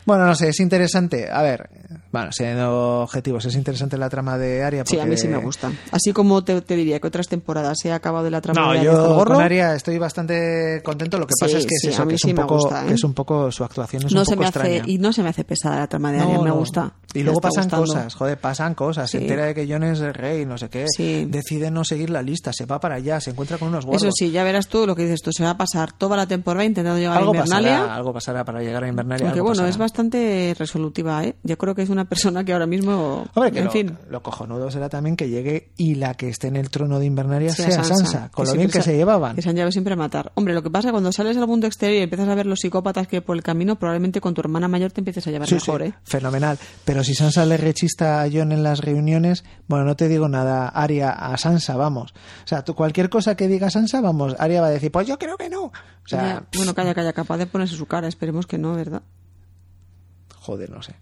Speaker 2: Bueno, no sé, es interesante. A ver, bueno, siendo objetivos, es interesante la trama de Aria.
Speaker 3: Sí, a mí
Speaker 2: porque-
Speaker 3: sí me gusta. Así como te, te diría que otras temporadas se ha acabado de la trama
Speaker 2: No,
Speaker 3: de Arias del
Speaker 2: yo
Speaker 3: Gorro,
Speaker 2: con Aria estoy bastante contento. Lo que
Speaker 3: Sí,
Speaker 2: pasa es que
Speaker 3: sí,
Speaker 2: es, eso,
Speaker 3: a mí
Speaker 2: que es
Speaker 3: sí
Speaker 2: un
Speaker 3: me
Speaker 2: poco,
Speaker 3: gusta, ¿eh?
Speaker 2: que es un poco su actuación es
Speaker 3: no
Speaker 2: un
Speaker 3: se
Speaker 2: poco
Speaker 3: me
Speaker 2: extraña.
Speaker 3: hace y no se me hace pesada la trama de
Speaker 2: No,
Speaker 3: Aria, me
Speaker 2: no.
Speaker 3: gusta.
Speaker 2: Y
Speaker 3: Me
Speaker 2: luego
Speaker 3: está
Speaker 2: pasan
Speaker 3: gustando.
Speaker 2: cosas, joder, pasan cosas. Se
Speaker 3: Sí.
Speaker 2: entera de que Jon es el rey, no sé qué.
Speaker 3: Sí.
Speaker 2: Decide no seguir la lista, se va para allá, se encuentra con unos guardos.
Speaker 3: Eso sí, ya verás tú lo que dices tú, se va a pasar toda la temporada intentando llegar
Speaker 2: algo
Speaker 3: a Invernalia.
Speaker 2: pasará, algo pasará para llegar a Invernalia.
Speaker 3: Aunque
Speaker 2: algo
Speaker 3: bueno,
Speaker 2: pasará.
Speaker 3: es bastante resolutiva, ¿eh? Yo creo que es una persona que ahora mismo,
Speaker 2: Hombre, que
Speaker 3: en
Speaker 2: lo,
Speaker 3: fin,
Speaker 2: lo cojonudo será también que llegue y la que esté en el trono de Invernalia
Speaker 3: sea
Speaker 2: sea, Sansa, con lo bien
Speaker 3: siempre
Speaker 2: que se llevaban.
Speaker 3: Que se han llevado siempre a matar. Hombre, lo que pasa cuando sales al mundo exterior y empiezas a ver los psicópatas que por el camino, probablemente con tu hermana mayor te empieces a llevar
Speaker 2: Sí,
Speaker 3: mejor,
Speaker 2: sí,
Speaker 3: ¿eh?
Speaker 2: Fenomenal. Pero si Sansa le rechista a Jon en las reuniones, bueno, no te digo nada, Aria, a Sansa, vamos. O sea, tú cualquier cosa que diga Sansa, vamos, Aria va a decir, pues yo creo que no. O sea,
Speaker 3: Ya, bueno, calla, calla, capaz de ponerse su cara, esperemos que no, ¿verdad?
Speaker 2: joder, no sé.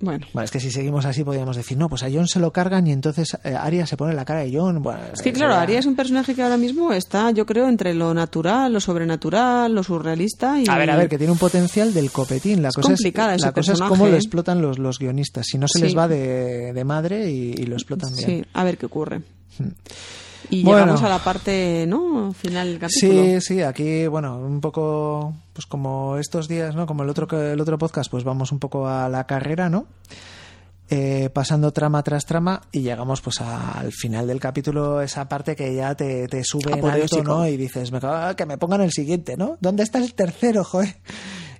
Speaker 3: Bueno.
Speaker 2: Bueno, es que si seguimos así podríamos decir, no, pues a John se lo cargan y entonces eh, Arya se pone la cara de John. Bueno, eh,
Speaker 3: Es que claro,
Speaker 2: sería-
Speaker 3: Aria es un personaje que ahora mismo está, yo creo, entre lo natural, lo sobrenatural, lo surrealista y...
Speaker 2: A ver, a ver, que tiene un potencial del copetín. La cosa
Speaker 3: complicada
Speaker 2: es,
Speaker 3: ese
Speaker 2: la cosa es
Speaker 3: personaje,
Speaker 2: cómo lo
Speaker 3: ¿eh?
Speaker 2: explotan los, los guionistas. Si no se
Speaker 3: Sí.
Speaker 2: les va de, de madre y, y lo explotan bien.
Speaker 3: Sí, a ver qué ocurre. Y
Speaker 2: Bueno.
Speaker 3: llegamos a la parte, ¿no? Final del capítulo.
Speaker 2: Sí, sí, aquí, bueno, un poco, pues como estos días, ¿no? Como el otro, el otro podcast, pues vamos un poco a la carrera, ¿no? Eh, pasando trama tras trama y llegamos pues al final del capítulo, esa parte que ya te, te sube en alto,
Speaker 3: Apoteósico.
Speaker 2: ¿no? Y dices, me cago- ah, que me pongan el siguiente, ¿no? ¿Dónde está el tercero, joder?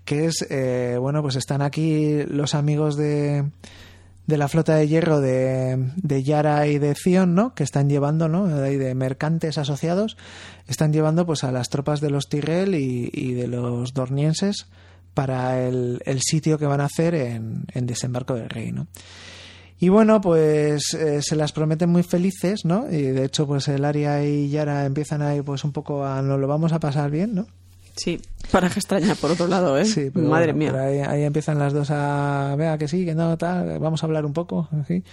Speaker 2: Que es, eh, bueno, pues están aquí los amigos de, de la flota de hierro de, de Yara y de Zion, ¿no? Que están llevando, ¿no? De ahí de mercantes asociados, están llevando pues a las tropas de los Tirrell y, y de los Dornienses para el, el sitio que van a hacer en, en Desembarco del Rey, ¿no? Y bueno, pues eh, se las prometen muy felices, ¿no? Y de hecho, pues el Aria y Yara empiezan ahí pues un poco a nos lo vamos a pasar bien, ¿no?
Speaker 3: Sí, paraje extraña por otro lado, ¿eh?
Speaker 2: Sí, pero
Speaker 3: Madre
Speaker 2: bueno,
Speaker 3: mía.
Speaker 2: pero ahí, ahí empiezan las dos a vea que sí, que no, tal, vamos a hablar un poco, así.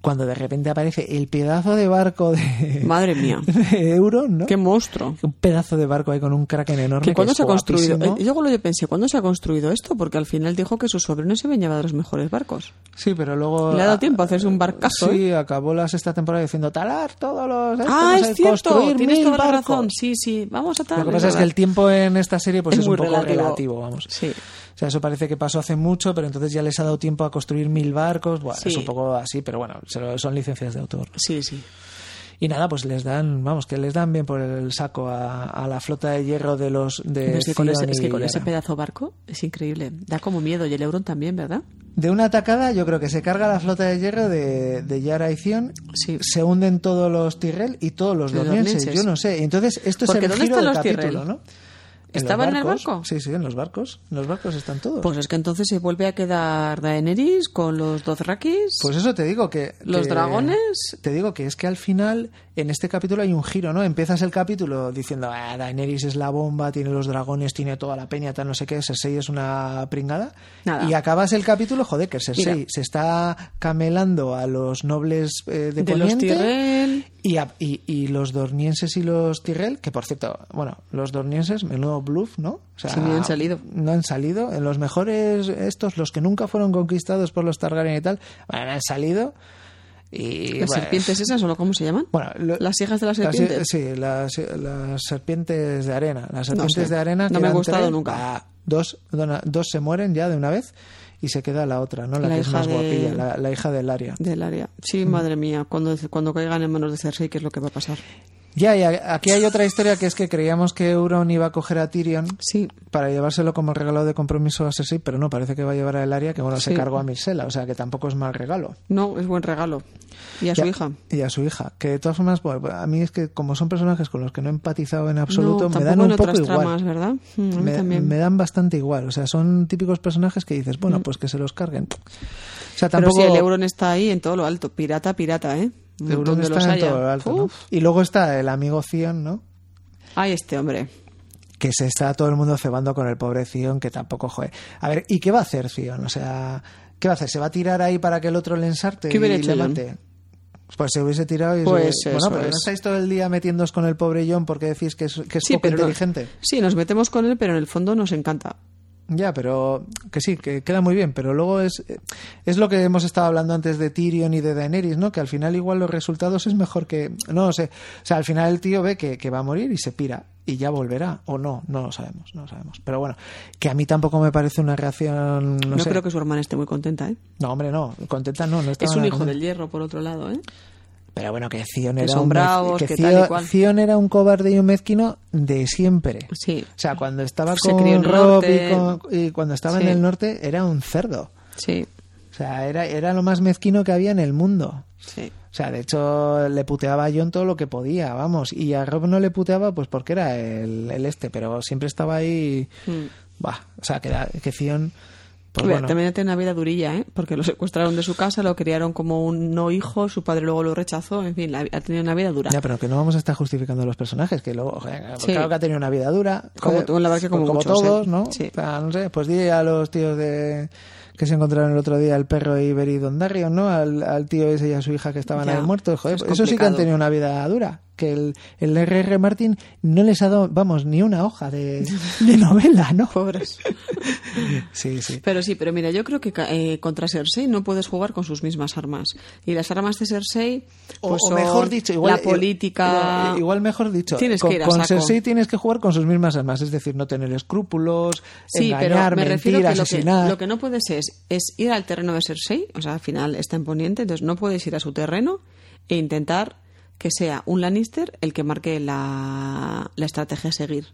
Speaker 2: Cuando de repente aparece el pedazo de barco de, [LAUGHS]
Speaker 3: Madre mía.
Speaker 2: de Euron, ¿no?
Speaker 3: Qué monstruo.
Speaker 2: Un pedazo de barco ahí con un kraken enorme.
Speaker 3: ¿Que ¿Cuándo
Speaker 2: es
Speaker 3: se ha construido?
Speaker 2: guapísimo.
Speaker 3: Eh, Yo lo yo pensé, ¿cuándo se ha construido esto? Porque al final dijo que sus sobrinos se habían llevado los mejores barcos.
Speaker 2: Sí, pero luego.
Speaker 3: Le ha dado tiempo a hacerse un barcazo, ¿eh?
Speaker 2: Sí, acabó la sexta temporada diciendo talar todos los. estos,
Speaker 3: ah,
Speaker 2: vamos a
Speaker 3: es cierto.
Speaker 2: construir
Speaker 3: Tienes
Speaker 2: mil
Speaker 3: toda la
Speaker 2: barcos".
Speaker 3: razón. Sí, sí. Vamos a tal.
Speaker 2: Lo que pasa es que el tiempo en esta serie pues,
Speaker 3: Es
Speaker 2: es, un
Speaker 3: muy
Speaker 2: poco
Speaker 3: relativo.
Speaker 2: relativo. vamos.
Speaker 3: Sí.
Speaker 2: O sea, eso parece que pasó hace mucho, pero entonces ya les ha dado tiempo a construir mil barcos. Buah,
Speaker 3: Sí.
Speaker 2: Es un poco así, pero bueno, se lo- son licencias de autor.
Speaker 3: Sí, sí.
Speaker 2: Eh, Y nada, pues les dan, vamos, que les dan bien por el saco a, a la flota de hierro de los. De
Speaker 3: es que con, ese,
Speaker 2: Theon
Speaker 3: es
Speaker 2: y
Speaker 3: que con ese
Speaker 2: Yara.
Speaker 3: pedazo de barco es increíble. Da como miedo. Y el Euron también, ¿verdad?
Speaker 2: De una atacada, yo creo que se carga la flota de hierro de, de Yara y Zion.
Speaker 3: Sí.
Speaker 2: Se hunden todos los Tyrell y todos los
Speaker 3: Los
Speaker 2: Dornienses,
Speaker 3: Dornienses.
Speaker 2: yo no sé. Entonces, esto
Speaker 3: Porque
Speaker 2: es el
Speaker 3: ¿dónde
Speaker 2: giro
Speaker 3: están
Speaker 2: del
Speaker 3: los
Speaker 2: capítulo,
Speaker 3: Tyrell?
Speaker 2: ¿no? los
Speaker 3: ¿Estaban en el
Speaker 2: barcos.
Speaker 3: barco?
Speaker 2: Sí, sí, en los barcos. En los barcos están todos.
Speaker 3: Pues es que entonces se vuelve a quedar Daenerys con los Dothraki.
Speaker 2: Pues eso te digo que...
Speaker 3: ¿Los
Speaker 2: que-
Speaker 3: dragones?
Speaker 2: Te digo que es que al final, en este capítulo hay un giro, ¿no? Empiezas el capítulo diciendo, ah, Daenerys es la bomba, tiene los dragones, tiene toda la peña, tal, no sé qué, Cersei es una pringada.
Speaker 3: Nada.
Speaker 2: Y acabas el capítulo, joder, que Cersei
Speaker 3: Mira.
Speaker 2: se está camelando a los nobles eh, de,
Speaker 3: de los
Speaker 2: Poniente
Speaker 3: Tyrell.
Speaker 2: Y, a- y, y los dornienses y los Tyrell, que por cierto, bueno, los dornienses, menudo bluff, ¿no? O sea,
Speaker 3: Sí, no han salido.
Speaker 2: No han salido. En los mejores, estos, los que nunca fueron conquistados por los Targaryen y tal, bueno, han salido. Y,
Speaker 3: ¿Las
Speaker 2: bueno,
Speaker 3: serpientes esas o lo- cómo se llaman?
Speaker 2: Bueno, lo-
Speaker 3: ¿Las hijas de las
Speaker 2: las-
Speaker 3: serpientes?
Speaker 2: sí, las, las serpientes de arena. Las
Speaker 3: No
Speaker 2: serpientes
Speaker 3: sé.
Speaker 2: de arena.
Speaker 3: No
Speaker 2: que
Speaker 3: me ha
Speaker 2: eran
Speaker 3: gustado
Speaker 2: tres,
Speaker 3: nunca.
Speaker 2: ah, dos, dona- dos se mueren ya de una vez y se queda la otra, ¿no? La,
Speaker 3: La
Speaker 2: que es
Speaker 3: hija
Speaker 2: más
Speaker 3: de-
Speaker 2: guapilla, la, la hija del área.
Speaker 3: Del área.
Speaker 2: Mm.
Speaker 3: Sí, madre mía, cuando, cuando caigan en manos de Cersei, ¿qué es lo que va a pasar?
Speaker 2: Ya, y a- aquí hay otra historia que es que creíamos que Euron iba a coger a Tyrion
Speaker 3: Sí,
Speaker 2: para llevárselo como regalo de compromiso a Cersei, pero no, parece que va a llevar a Elaria, que bueno,
Speaker 3: Sí.
Speaker 2: se cargó a Myrcella, o sea que tampoco es mal regalo.
Speaker 3: no, es buen regalo. Y a su
Speaker 2: Y a-
Speaker 3: hija.
Speaker 2: Y a su hija. Que de todas formas, bueno, a mí es que como son personajes con los que no he empatizado en absoluto,
Speaker 3: no,
Speaker 2: me dan
Speaker 3: tampoco
Speaker 2: un
Speaker 3: en
Speaker 2: poco
Speaker 3: otras
Speaker 2: igual.
Speaker 3: tramas, ¿verdad? Mm, a mí
Speaker 2: me,
Speaker 3: también. Mm.
Speaker 2: me dan bastante igual. O sea, son típicos personajes que dices, bueno, pues que se los carguen. O sea,
Speaker 3: Pero
Speaker 2: tampoco.
Speaker 3: sí, el Euron está ahí en todo lo alto. Pirata, pirata, ¿eh? Un
Speaker 2: Euron
Speaker 3: montón de
Speaker 2: está
Speaker 3: los
Speaker 2: en
Speaker 3: haya.
Speaker 2: todo lo alto, ¿no?
Speaker 3: Uf.
Speaker 2: Y luego está el amigo Cion, ¿no?
Speaker 3: Ay, este hombre.
Speaker 2: que se está todo el mundo cebando con el pobre Zion, que tampoco joder. A ver, ¿y qué va a hacer Zion? O sea, ¿qué va a hacer? ¿Se va a tirar ahí para que el otro le ensarte
Speaker 3: ¿Qué hubiera
Speaker 2: y
Speaker 3: hecho
Speaker 2: le
Speaker 3: Jon?
Speaker 2: mate? Pues se hubiese tirado y se-
Speaker 3: Pues eso
Speaker 2: Bueno, pero
Speaker 3: es.
Speaker 2: no estáis todo el día metiéndoos con el pobre John porque decís que es, que es
Speaker 3: Sí,
Speaker 2: poco
Speaker 3: pero no-
Speaker 2: inteligente.
Speaker 3: sí, nos metemos con él, pero en el fondo nos encanta.
Speaker 2: Ya, pero que sí, que queda muy bien, pero luego es, es lo que hemos estado hablando antes de Tyrion y de Daenerys, ¿no? Que al final igual los resultados es mejor que... No sé, o sea, al final el tío ve que, que va a morir y se pira y ya volverá, o no, no lo sabemos, no lo sabemos. Pero bueno, que a mí tampoco me parece una reacción... No,
Speaker 3: No
Speaker 2: sé.
Speaker 3: creo que su hermana esté muy contenta, ¿eh?
Speaker 2: No, hombre, no, contenta no, no
Speaker 3: Es
Speaker 2: estaba
Speaker 3: un
Speaker 2: nada
Speaker 3: hijo
Speaker 2: contenta.
Speaker 3: del hierro, por otro lado, ¿eh?
Speaker 2: Pero bueno, que Cion
Speaker 3: Que
Speaker 2: era,
Speaker 3: son
Speaker 2: un, mez-
Speaker 3: bravos, que tal y
Speaker 2: Theon-
Speaker 3: cual.
Speaker 2: Theon era un cobarde y un mezquino de siempre.
Speaker 3: Sí,
Speaker 2: O sea, cuando estaba
Speaker 3: Se
Speaker 2: con
Speaker 3: crió en el
Speaker 2: Rob
Speaker 3: norte.
Speaker 2: y, con- y cuando estaba
Speaker 3: Sí.
Speaker 2: en el norte era un cerdo.
Speaker 3: sí,
Speaker 2: O sea, era, era lo más mezquino que había en el mundo.
Speaker 3: sí.
Speaker 2: O sea, de hecho, le puteaba a John todo lo que podía, vamos. Y a Rob no le puteaba, pues porque era el, el este, pero siempre estaba ahí.
Speaker 3: Mm.
Speaker 2: Bah, o sea, que, da- que Cion. Pues
Speaker 3: Mira,
Speaker 2: bueno,
Speaker 3: También tiene una vida durilla, ¿eh? Porque lo secuestraron de su casa, lo criaron como un no hijo, su padre luego lo rechazó, en fin, la- ha tenido una vida dura.
Speaker 2: Ya, pero que no vamos a estar justificando los personajes, que luego, joder, pues
Speaker 3: Sí.
Speaker 2: claro que ha tenido una vida dura.
Speaker 3: Como
Speaker 2: joder,
Speaker 3: tú, la verdad que como muchos,
Speaker 2: todos,
Speaker 3: ¿eh?
Speaker 2: ¿no?
Speaker 3: Sí.
Speaker 2: O sea, no sé, pues dile a los tíos de que se encontraron el otro día el perro Iber y Dondarrion, ¿no? Al, al tío ese y a su hija que estaban
Speaker 3: Ya,
Speaker 2: ahí muertos, joder,
Speaker 3: es
Speaker 2: pues eso sí que han
Speaker 3: complicado.
Speaker 2: tenido una vida dura. Que el, el R.R. Martin no les ha dado, vamos, ni una hoja
Speaker 3: [LAUGHS]
Speaker 2: de, de novela, ¿no?
Speaker 3: [LAUGHS] Pobres.
Speaker 2: Sí, sí.
Speaker 3: Pero sí, pero mira, yo creo que ca- eh, contra Cersei no puedes jugar con sus mismas armas. Y las armas de Cersei,
Speaker 2: O,
Speaker 3: pues
Speaker 2: o
Speaker 3: son
Speaker 2: mejor dicho, igual,
Speaker 3: la política...
Speaker 2: no, igual mejor dicho,
Speaker 3: Tienes
Speaker 2: con,
Speaker 3: que ir a
Speaker 2: con
Speaker 3: saco.
Speaker 2: Cersei tienes que jugar con sus mismas armas, es decir, no tener escrúpulos,
Speaker 3: Sí,
Speaker 2: engañar,
Speaker 3: pero me refiero
Speaker 2: mentir,
Speaker 3: que lo, que
Speaker 2: asesinar.
Speaker 3: lo que no puedes es, es ir al terreno de Cersei, o sea, al final está en Poniente, entonces no puedes ir a su terreno e intentar que sea un Lannister el que marque la, la estrategia a seguir.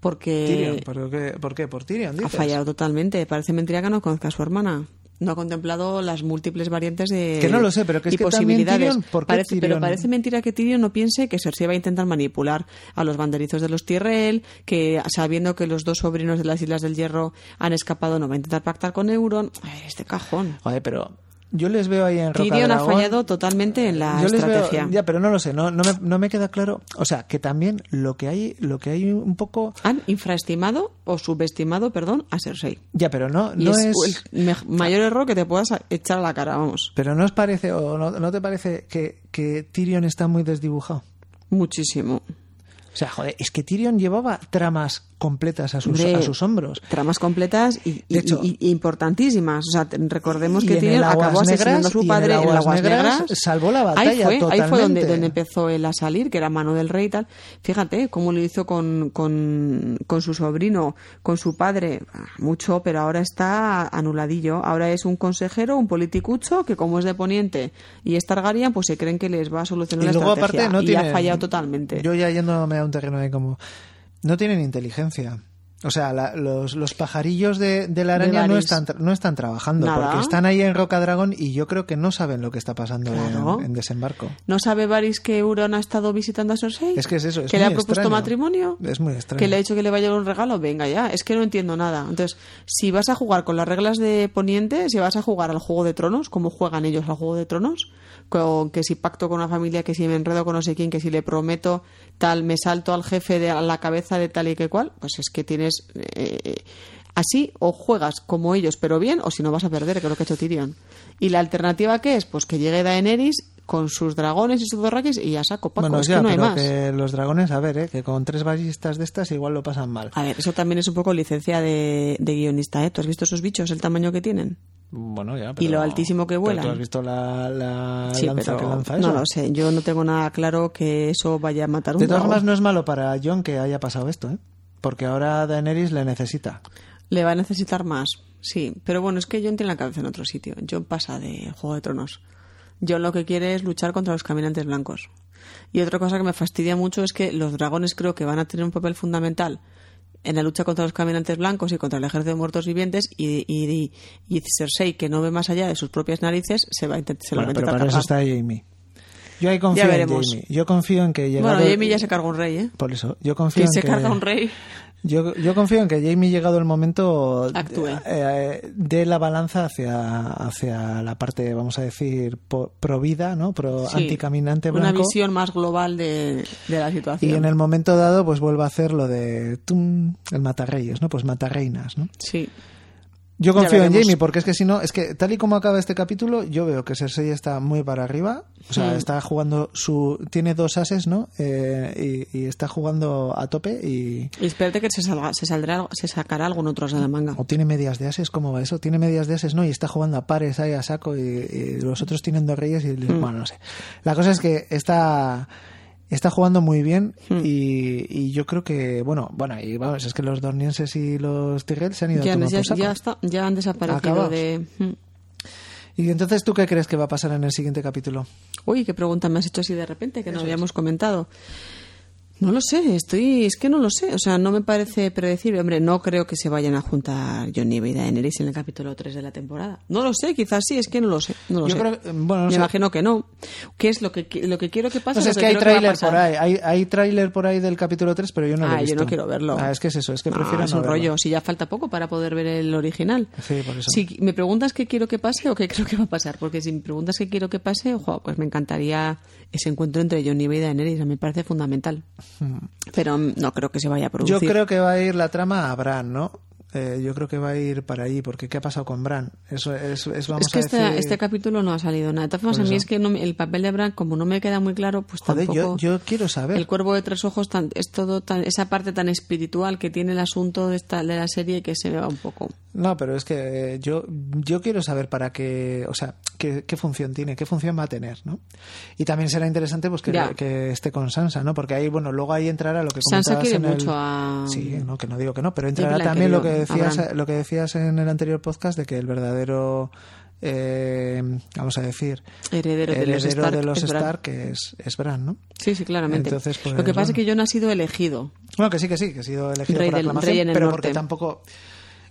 Speaker 3: porque
Speaker 2: Tyrion, ¿por qué? ¿Por, qué? ¿Por Tyrion,
Speaker 3: ha
Speaker 2: dices?
Speaker 3: fallado totalmente. Parece mentira que no conozca a su hermana. No ha contemplado las múltiples variantes de
Speaker 2: Que no lo sé, pero que es
Speaker 3: y
Speaker 2: que también
Speaker 3: posibilidades.
Speaker 2: Tyrion, ¿por qué
Speaker 3: parece, Pero
Speaker 2: Tyrion?
Speaker 3: parece mentira que Tyrion no piense que Cersei va a intentar manipular a los banderizos de los Tyrell, que sabiendo que los dos sobrinos de las Islas del Hierro han escapado, no va a intentar pactar con Euron. A ver, este cajón.
Speaker 2: Joder, pero yo les veo ahí en
Speaker 3: Tyrion ha
Speaker 2: Rocadragón.
Speaker 3: fallado totalmente en la
Speaker 2: Yo les veo-
Speaker 3: estrategia.
Speaker 2: ya, pero no lo sé, no, no, me, no me queda claro. O sea, que también lo que hay, lo que hay un poco.
Speaker 3: Han infraestimado o subestimado, perdón, a Cersei.
Speaker 2: Ya, pero no,
Speaker 3: Y
Speaker 2: no
Speaker 3: es,
Speaker 2: es.
Speaker 3: el me- mayor error que te puedas echar a la cara, vamos.
Speaker 2: Pero no os parece, o no, no te parece que, que Tyrion está muy desdibujado.
Speaker 3: Muchísimo.
Speaker 2: O sea, joder, es que Tyrion llevaba tramas completas a sus,
Speaker 3: Hombre,
Speaker 2: a sus hombros.
Speaker 3: Tramas completas y, y-
Speaker 2: De hecho-
Speaker 3: y- y importantísimas. O sea, te- recordemos
Speaker 2: Y
Speaker 3: que
Speaker 2: en
Speaker 3: Tyrion
Speaker 2: el Aguas
Speaker 3: acabó asesinando a
Speaker 2: Negras, y
Speaker 3: su
Speaker 2: en
Speaker 3: padre
Speaker 2: el
Speaker 3: en el
Speaker 2: Aguas
Speaker 3: Aguas Negras.
Speaker 2: Negras salvó la
Speaker 3: Ahí
Speaker 2: batalla
Speaker 3: fue, ahí fue donde,
Speaker 2: totalmente.
Speaker 3: donde empezó él a salir, que era mano del rey y tal. Fíjate cómo lo hizo con, con, con su sobrino, con su padre. Ah, Mucho, pero ahora está anuladillo. Ahora es un consejero, un politicucho, que como es de Poniente y es Targaryen, pues se creen que les va a solucionar
Speaker 2: y
Speaker 3: la
Speaker 2: luego,
Speaker 3: estrategia.
Speaker 2: aparte, no
Speaker 3: y
Speaker 2: tiene.
Speaker 3: ha fallado totalmente.
Speaker 2: Yo ya yéndome a un terreno de como. No tienen inteligencia. O sea, la- los, los pajarillos de, de la
Speaker 3: De
Speaker 2: araña no
Speaker 3: Varys.
Speaker 2: están, tra- no están trabajando
Speaker 3: Nada.
Speaker 2: porque están ahí en Roca Dragón y yo creo que no saben lo que está pasando en-
Speaker 3: Claro.
Speaker 2: en, desembarco.
Speaker 3: ¿No sabe Varys que Euron ha estado visitando a Cersei?
Speaker 2: Es que es eso. Es
Speaker 3: ¿Que
Speaker 2: muy
Speaker 3: le ha propuesto
Speaker 2: extraño.
Speaker 3: matrimonio?
Speaker 2: Es muy extraño.
Speaker 3: ¿Que le ha dicho que le va a llevar un regalo? Venga ya, es que no entiendo nada. Entonces, si vas a jugar con las reglas de Poniente, si vas a jugar al Juego de Tronos, como juegan ellos al Juego de Tronos, con que si pacto con una familia, que si me enredo con no sé quién, que si le prometo tal, me salto al jefe de a la cabeza de tal y que cual, pues es que tienes... eh, Así o juegas como ellos, pero bien, o si no vas a perder, que es lo que ha hecho Tyrion. ¿Y la alternativa qué es? Pues que llegue Daenerys con sus dragones y sus dorraques y ya saco Paco,
Speaker 2: bueno,
Speaker 3: es
Speaker 2: ya,
Speaker 3: que no hay
Speaker 2: pero
Speaker 3: más.
Speaker 2: que los dragones, a ver, eh, que con tres ballistas de estas igual lo pasan mal.
Speaker 3: A ver, eso también es un poco licencia de, de guionista, ¿eh? ¿Tú has visto esos bichos, el tamaño que tienen?
Speaker 2: Bueno, ya.
Speaker 3: Y lo altísimo que
Speaker 2: pero
Speaker 3: vuelan.
Speaker 2: ¿Tú has visto la, la Ah, lanza que lanza eso?
Speaker 3: no lo sé. Yo no tengo nada claro que eso vaya a matar un
Speaker 2: De todas
Speaker 3: dragón.
Speaker 2: formas, no es malo para John que haya pasado esto, ¿eh? Porque ahora Daenerys le necesita.
Speaker 3: Le va a necesitar más, sí. Pero bueno, es que John tiene la cabeza en otro sitio. John pasa de Juego de Tronos. John lo que quiere es luchar contra los caminantes blancos. Y otra cosa que me fastidia mucho es que los dragones creo que van a tener un papel fundamental en la lucha contra los caminantes blancos y contra el ejército de muertos vivientes y, y, y, y Cersei, que no ve más allá de sus propias narices, se va a intentar, se lo va
Speaker 2: Bueno,
Speaker 3: a
Speaker 2: pero
Speaker 3: intentar
Speaker 2: para eso
Speaker 3: cargar.
Speaker 2: está Jamie. Yo ahí confío en
Speaker 3: veremos.
Speaker 2: Jamie. Yo confío en que llegado...
Speaker 3: Bueno, Jamie ya se carga un rey, ¿eh?
Speaker 2: Por eso, yo confío
Speaker 3: Que
Speaker 2: en
Speaker 3: se
Speaker 2: que...
Speaker 3: carga un rey.
Speaker 2: Yo, yo confío en que Jamie, llegado el momento,
Speaker 3: Actúe.
Speaker 2: eh, dé la balanza hacia, hacia la parte, vamos a decir, po- pro vida, ¿no? Pro
Speaker 3: Sí.
Speaker 2: anticaminante
Speaker 3: Una
Speaker 2: blanco.
Speaker 3: visión más global de, de la situación.
Speaker 2: Y en el momento dado, pues vuelva a hacer lo de tum, el matarreyes, ¿no? Pues matarreinas, ¿no?
Speaker 3: Sí.
Speaker 2: Yo
Speaker 3: Ya
Speaker 2: confío en
Speaker 3: veremos.
Speaker 2: Jamie, porque es que si no, es que tal y como acaba este capítulo, yo veo que Cersei está muy para arriba. O sea,
Speaker 3: Mm.
Speaker 2: está jugando su. Tiene dos ases, ¿no? Eh, y, y está jugando a tope y.
Speaker 3: Y espérate que se, salga, se, saldrá, se sacará algún otro de la manga.
Speaker 2: O tiene medias de ases, ¿cómo va eso? Tiene medias de ases, ¿no? Y está jugando a pares ahí a saco y, y los otros tienen dos reyes y.
Speaker 3: Mm.
Speaker 2: Bueno, no sé. La cosa es que está. Está jugando muy bien
Speaker 3: Mm.
Speaker 2: y, y yo creo que, bueno, bueno, y vamos, es que los dornienses y los Tyrell se han ido
Speaker 3: Ya,
Speaker 2: a tomar
Speaker 3: ya,
Speaker 2: por saco.
Speaker 3: ya está- ya han desaparecido
Speaker 2: Acabaos.
Speaker 3: de... Mm.
Speaker 2: Y entonces, ¿tú qué crees que va a pasar en el siguiente capítulo?
Speaker 3: Uy, qué pregunta me has hecho así de repente, que no habíamos comentado. No lo sé, estoy, es que no lo sé, o sea, no me parece predecible. Hombre, no creo que se vayan a juntar Johnny y Daenerys en el capítulo 3 de la temporada. No lo sé, quizás sí, es que no lo sé. No lo
Speaker 2: Yo
Speaker 3: sé.
Speaker 2: creo que- mm, bueno, no
Speaker 3: me
Speaker 2: sé.
Speaker 3: imagino que no. ¿Qué es lo que, lo que quiero que pase?
Speaker 2: No sé,
Speaker 3: lo
Speaker 2: es que hay
Speaker 3: creo va a
Speaker 2: tráiler
Speaker 3: pasar?
Speaker 2: por ahí, hay, hay tráiler por ahí del capítulo 3, pero yo no lo he
Speaker 3: Ah, yo
Speaker 2: visto.
Speaker 3: no quiero verlo.
Speaker 2: Ah, es que es eso, es que prefiero
Speaker 3: es
Speaker 2: no
Speaker 3: un
Speaker 2: verlo.
Speaker 3: rollo, si ya falta poco para poder ver el original.
Speaker 2: Sí, por eso.
Speaker 3: Si me preguntas qué quiero que pase o qué [LAUGHS] creo que va a pasar, porque si me preguntas qué quiero que pase, ojo, pues me encantaría ese encuentro entre Johnny y Daenerys, me parece fundamental. Pero mm, no creo que se vaya a
Speaker 2: Hmm. Yo
Speaker 3: producir.
Speaker 2: creo que va a ir la trama a Bran, ¿no? Eh, yo creo que va a ir para ahí, porque ¿qué ha pasado con Bran? Eso es, es- vamos
Speaker 3: es que
Speaker 2: a
Speaker 3: este,
Speaker 2: decir-
Speaker 3: este capítulo no ha salido nada. De todas formas, a mí es que no me- el papel de Bran, como no me queda muy claro, pues
Speaker 2: Joder, yo,
Speaker 3: tampoco...
Speaker 2: yo quiero saber.
Speaker 3: El cuervo de tres ojos tan- es todo tan, esa parte tan espiritual que tiene el asunto de, esta, de la serie que se me va un poco.
Speaker 2: No, pero es que eh, yo, yo quiero saber para qué, o sea, qué, qué función tiene, qué función va a tener, ¿no? Y también será interesante pues que,
Speaker 3: Ya.
Speaker 2: que esté con Sansa, ¿no? Porque ahí, bueno, luego ahí entrará lo que
Speaker 3: Sansa
Speaker 2: comentabas
Speaker 3: quiere
Speaker 2: en el-
Speaker 3: mucho a-
Speaker 2: Sí, no, que no digo que no, pero
Speaker 3: Siempre
Speaker 2: entrará
Speaker 3: la ha
Speaker 2: también lo que
Speaker 3: querido, a
Speaker 2: decías
Speaker 3: Bran.
Speaker 2: lo que decías en el anterior podcast de que el verdadero eh, vamos a decir,
Speaker 3: Heredero de los
Speaker 2: heredero
Speaker 3: Stark
Speaker 2: de los
Speaker 3: es Bran.
Speaker 2: Stark, que es, es Bran, ¿no?
Speaker 3: Sí, sí, claramente.
Speaker 2: Entonces, pues,
Speaker 3: Lo que pasa
Speaker 2: bueno.
Speaker 3: es que John ha sido elegido.
Speaker 2: Bueno, que sí, que sí, que ha sido elegido
Speaker 3: Rey
Speaker 2: por
Speaker 3: del-
Speaker 2: aclamación,
Speaker 3: rey en el
Speaker 2: pero porque
Speaker 3: norte.
Speaker 2: tampoco...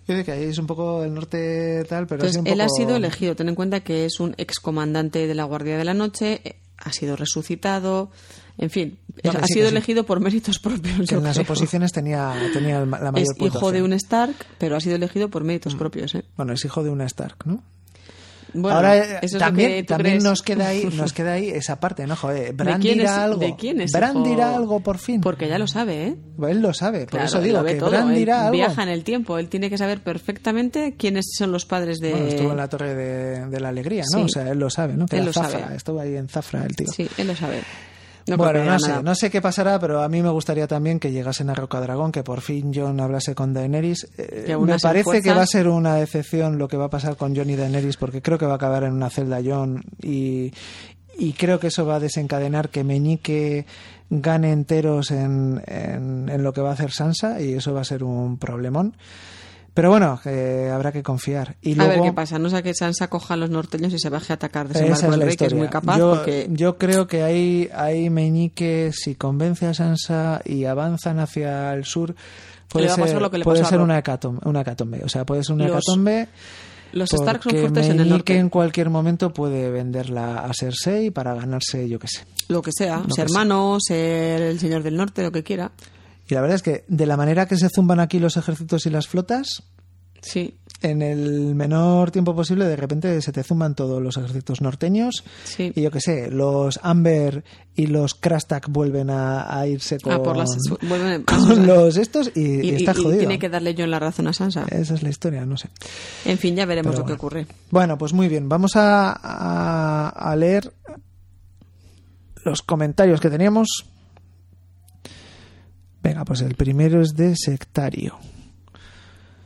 Speaker 2: Yo digo que ahí es un poco el norte tal, pero
Speaker 3: Entonces,
Speaker 2: ha sido un
Speaker 3: él ha
Speaker 2: poco-
Speaker 3: sido elegido. Ten en cuenta que es un excomandante de la Guardia de la Noche, eh, ha sido resucitado, en fin,
Speaker 2: No,
Speaker 3: es-
Speaker 2: que
Speaker 3: ha
Speaker 2: sí,
Speaker 3: sido
Speaker 2: que sí.
Speaker 3: elegido por méritos propios.
Speaker 2: Que
Speaker 3: yo
Speaker 2: en las
Speaker 3: creo.
Speaker 2: oposiciones tenía, tenía el ma- la mayor
Speaker 3: Es hijo
Speaker 2: puntuación. Mm.
Speaker 3: de un Stark, pero ha sido elegido por méritos propios. ¿eh?
Speaker 2: Bueno, es hijo de una Stark, ¿no?
Speaker 3: Bueno,
Speaker 2: Ahora eh,
Speaker 3: eso es lo
Speaker 2: también,
Speaker 3: que tú
Speaker 2: también
Speaker 3: crees.
Speaker 2: nos queda ahí,
Speaker 3: [LAUGHS]
Speaker 2: nos queda ahí esa parte, ¿no? Joder, Bran
Speaker 3: quién
Speaker 2: dirá
Speaker 3: es-
Speaker 2: algo.
Speaker 3: de quién es
Speaker 2: Bran
Speaker 3: hijo?
Speaker 2: dirá algo por fin.
Speaker 3: Porque ya lo sabe, ¿eh?
Speaker 2: Él lo sabe, por
Speaker 3: Claro,
Speaker 2: eso
Speaker 3: él
Speaker 2: digo
Speaker 3: lo ve
Speaker 2: que
Speaker 3: todo,
Speaker 2: Bran
Speaker 3: él
Speaker 2: dirá algo.
Speaker 3: Viaja en el tiempo, él tiene que saber perfectamente quiénes son los padres de.
Speaker 2: Bueno, estuvo en la Torre de, de la Alegría, ¿no?
Speaker 3: Sí.
Speaker 2: O sea, él lo sabe, ¿no? Que
Speaker 3: Él
Speaker 2: era
Speaker 3: lo
Speaker 2: Zafra,
Speaker 3: sabe.
Speaker 2: estuvo ahí en Zafra el tío.
Speaker 3: Sí, él lo sabe. No creo que
Speaker 2: bueno,
Speaker 3: haga
Speaker 2: no sé,
Speaker 3: nada.
Speaker 2: no sé qué pasará, pero a mí me gustaría también que llegasen a Rocadragón, que por fin John hablase con Daenerys. Eh,
Speaker 3: Que
Speaker 2: me
Speaker 3: unasen
Speaker 2: parece que
Speaker 3: fuerzas.
Speaker 2: va a ser una decepción lo que va a pasar con John y Daenerys, porque creo que va a acabar en una celda John y, y creo que eso va a desencadenar que Meñique gane enteros en, en- en lo que va a hacer Sansa y eso va a ser un problemón. Pero bueno, que habrá que confiar. Y
Speaker 3: A
Speaker 2: luego,
Speaker 3: ver qué pasa, no sea que Sansa coja a los norteños y se baje a atacar de
Speaker 2: esa es la
Speaker 3: Rey, que es
Speaker 2: historia.
Speaker 3: muy capaz
Speaker 2: yo,
Speaker 3: porque
Speaker 2: yo creo que ahí, ahí Meñique, si convence a Sansa y avanzan hacia el sur, puede
Speaker 3: Le va a
Speaker 2: ser,
Speaker 3: pasar lo que le
Speaker 2: puede
Speaker 3: pasó a
Speaker 2: ser
Speaker 3: Rob.
Speaker 2: una, hecatombe, una hecatombe. O sea, puede ser una
Speaker 3: Los-
Speaker 2: hecatombe.
Speaker 3: los Stark son
Speaker 2: porque
Speaker 3: fuertes en el
Speaker 2: Meñique
Speaker 3: norte,
Speaker 2: en cualquier momento puede venderla a Cersei para ganarse, yo qué sé.
Speaker 3: lo que sea,
Speaker 2: que
Speaker 3: ser
Speaker 2: sea.
Speaker 3: hermano, ser el señor del norte, lo que quiera.
Speaker 2: Y la verdad es que de la manera que se zumban aquí los ejércitos y las flotas,
Speaker 3: Sí,
Speaker 2: en el menor tiempo posible, de repente se te zumban todos los ejércitos norteños.
Speaker 3: sí.
Speaker 2: Y yo qué sé, los Amber y los Krastak vuelven a, a irse con,
Speaker 3: Ah, por las [LAUGHS] vuelven a-
Speaker 2: [LAUGHS] con
Speaker 3: o sea,
Speaker 2: los estos y, y
Speaker 3: y-
Speaker 2: está
Speaker 3: y- y
Speaker 2: jodido.
Speaker 3: tiene que darle yo la razón a Sansa.
Speaker 2: Esa es la historia, no sé.
Speaker 3: En fin, ya veremos
Speaker 2: Pero
Speaker 3: lo que
Speaker 2: bueno.
Speaker 3: ocurre.
Speaker 2: Bueno, pues muy bien, vamos a, a- a leer los comentarios que teníamos. Venga, pues el primero es de Sectario.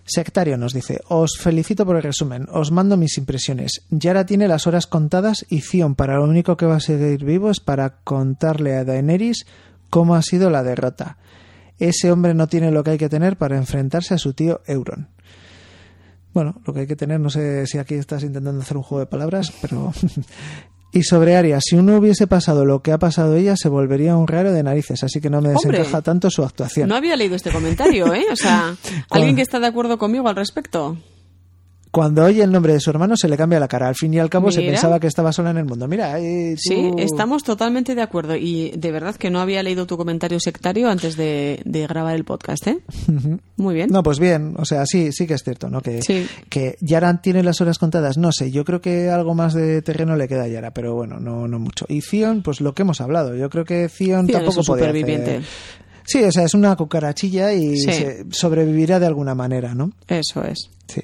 Speaker 2: Sectario nos dice, os felicito por el resumen, os mando mis impresiones. Yara tiene las horas contadas y Zion para lo único que va a seguir vivo es para contarle a Daenerys cómo ha sido la derrota. Ese hombre no tiene lo que hay que tener para enfrentarse a su tío Euron. Bueno, lo que hay que tener, no sé si aquí estás intentando hacer un juego de palabras, pero... [LAUGHS] y sobre Aria, si uno hubiese pasado lo que ha pasado ella, se volvería un raro de narices, así que no me
Speaker 3: Hombre.
Speaker 2: desencaja tanto su actuación.
Speaker 3: No había leído este comentario, ¿eh?
Speaker 2: [LAUGHS]
Speaker 3: O sea, alguien que está de acuerdo conmigo al respecto.
Speaker 2: Cuando oye el nombre de su hermano se le cambia la cara. Al fin y al cabo se
Speaker 3: Mira.
Speaker 2: pensaba que estaba sola en el mundo. Mira, eh, tú-
Speaker 3: Sí, estamos totalmente de acuerdo y de verdad que no había leído tu comentario sectario antes de, de grabar el podcast, ¿eh? Muy bien.
Speaker 2: No, pues bien, o sea, sí, sí que es cierto, ¿no? Que,
Speaker 3: Sí.
Speaker 2: que Yara tiene las horas contadas, no sé, yo creo que algo más de terreno le queda a Yara, pero bueno, no, no mucho. Y Zion, pues lo que hemos hablado, yo creo que Zion,
Speaker 3: Zion es
Speaker 2: tampoco
Speaker 3: un
Speaker 2: podía hacer-
Speaker 3: superviviente.
Speaker 2: Sí, o sea, es una cucarachilla y
Speaker 3: Sí.
Speaker 2: se- sobrevivirá de alguna manera, ¿no?
Speaker 3: Eso es.
Speaker 2: Sí.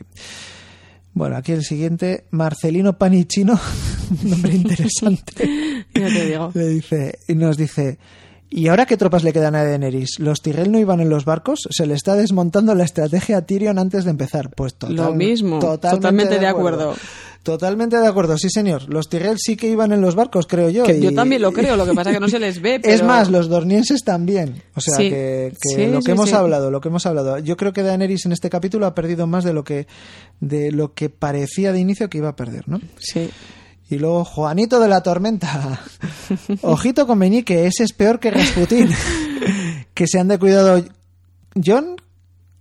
Speaker 2: Bueno, aquí el siguiente, Marcelino Panichino, un [LAUGHS] nombre
Speaker 3: [LAUGHS]
Speaker 2: interesante.
Speaker 3: [LAUGHS] Ya
Speaker 2: [LAUGHS]
Speaker 3: te digo.
Speaker 2: Le dice, y nos dice, ¿y ahora qué tropas le quedan a Daenerys? ¿Los Tyrell no iban en los barcos? Se le está desmontando la estrategia a Tyrion antes de empezar. Pues total-
Speaker 3: Lo mismo, totalmente de acuerdo.
Speaker 2: Totalmente de acuerdo, sí señor. Los Tyrell sí que iban en los barcos, creo yo.
Speaker 3: Que
Speaker 2: y-
Speaker 3: yo
Speaker 2: [LAUGHS]
Speaker 3: también lo creo, lo que pasa es que no se les ve, pero...
Speaker 2: Es más, los dornienses también. O sea,
Speaker 3: Sí.
Speaker 2: que, que
Speaker 3: Sí,
Speaker 2: lo que
Speaker 3: sí,
Speaker 2: hemos
Speaker 3: sí.
Speaker 2: hablado, lo que hemos hablado. Yo creo que Daenerys en este capítulo ha perdido más de lo que de lo que parecía de inicio que iba a perder, ¿no?
Speaker 3: Sí.
Speaker 2: Y luego Juanito de la
Speaker 3: [LAUGHS]
Speaker 2: Tormenta. Ojito con Meñique, ese es peor que
Speaker 3: [LAUGHS]
Speaker 2: Rasputín. que se han de cuidado John,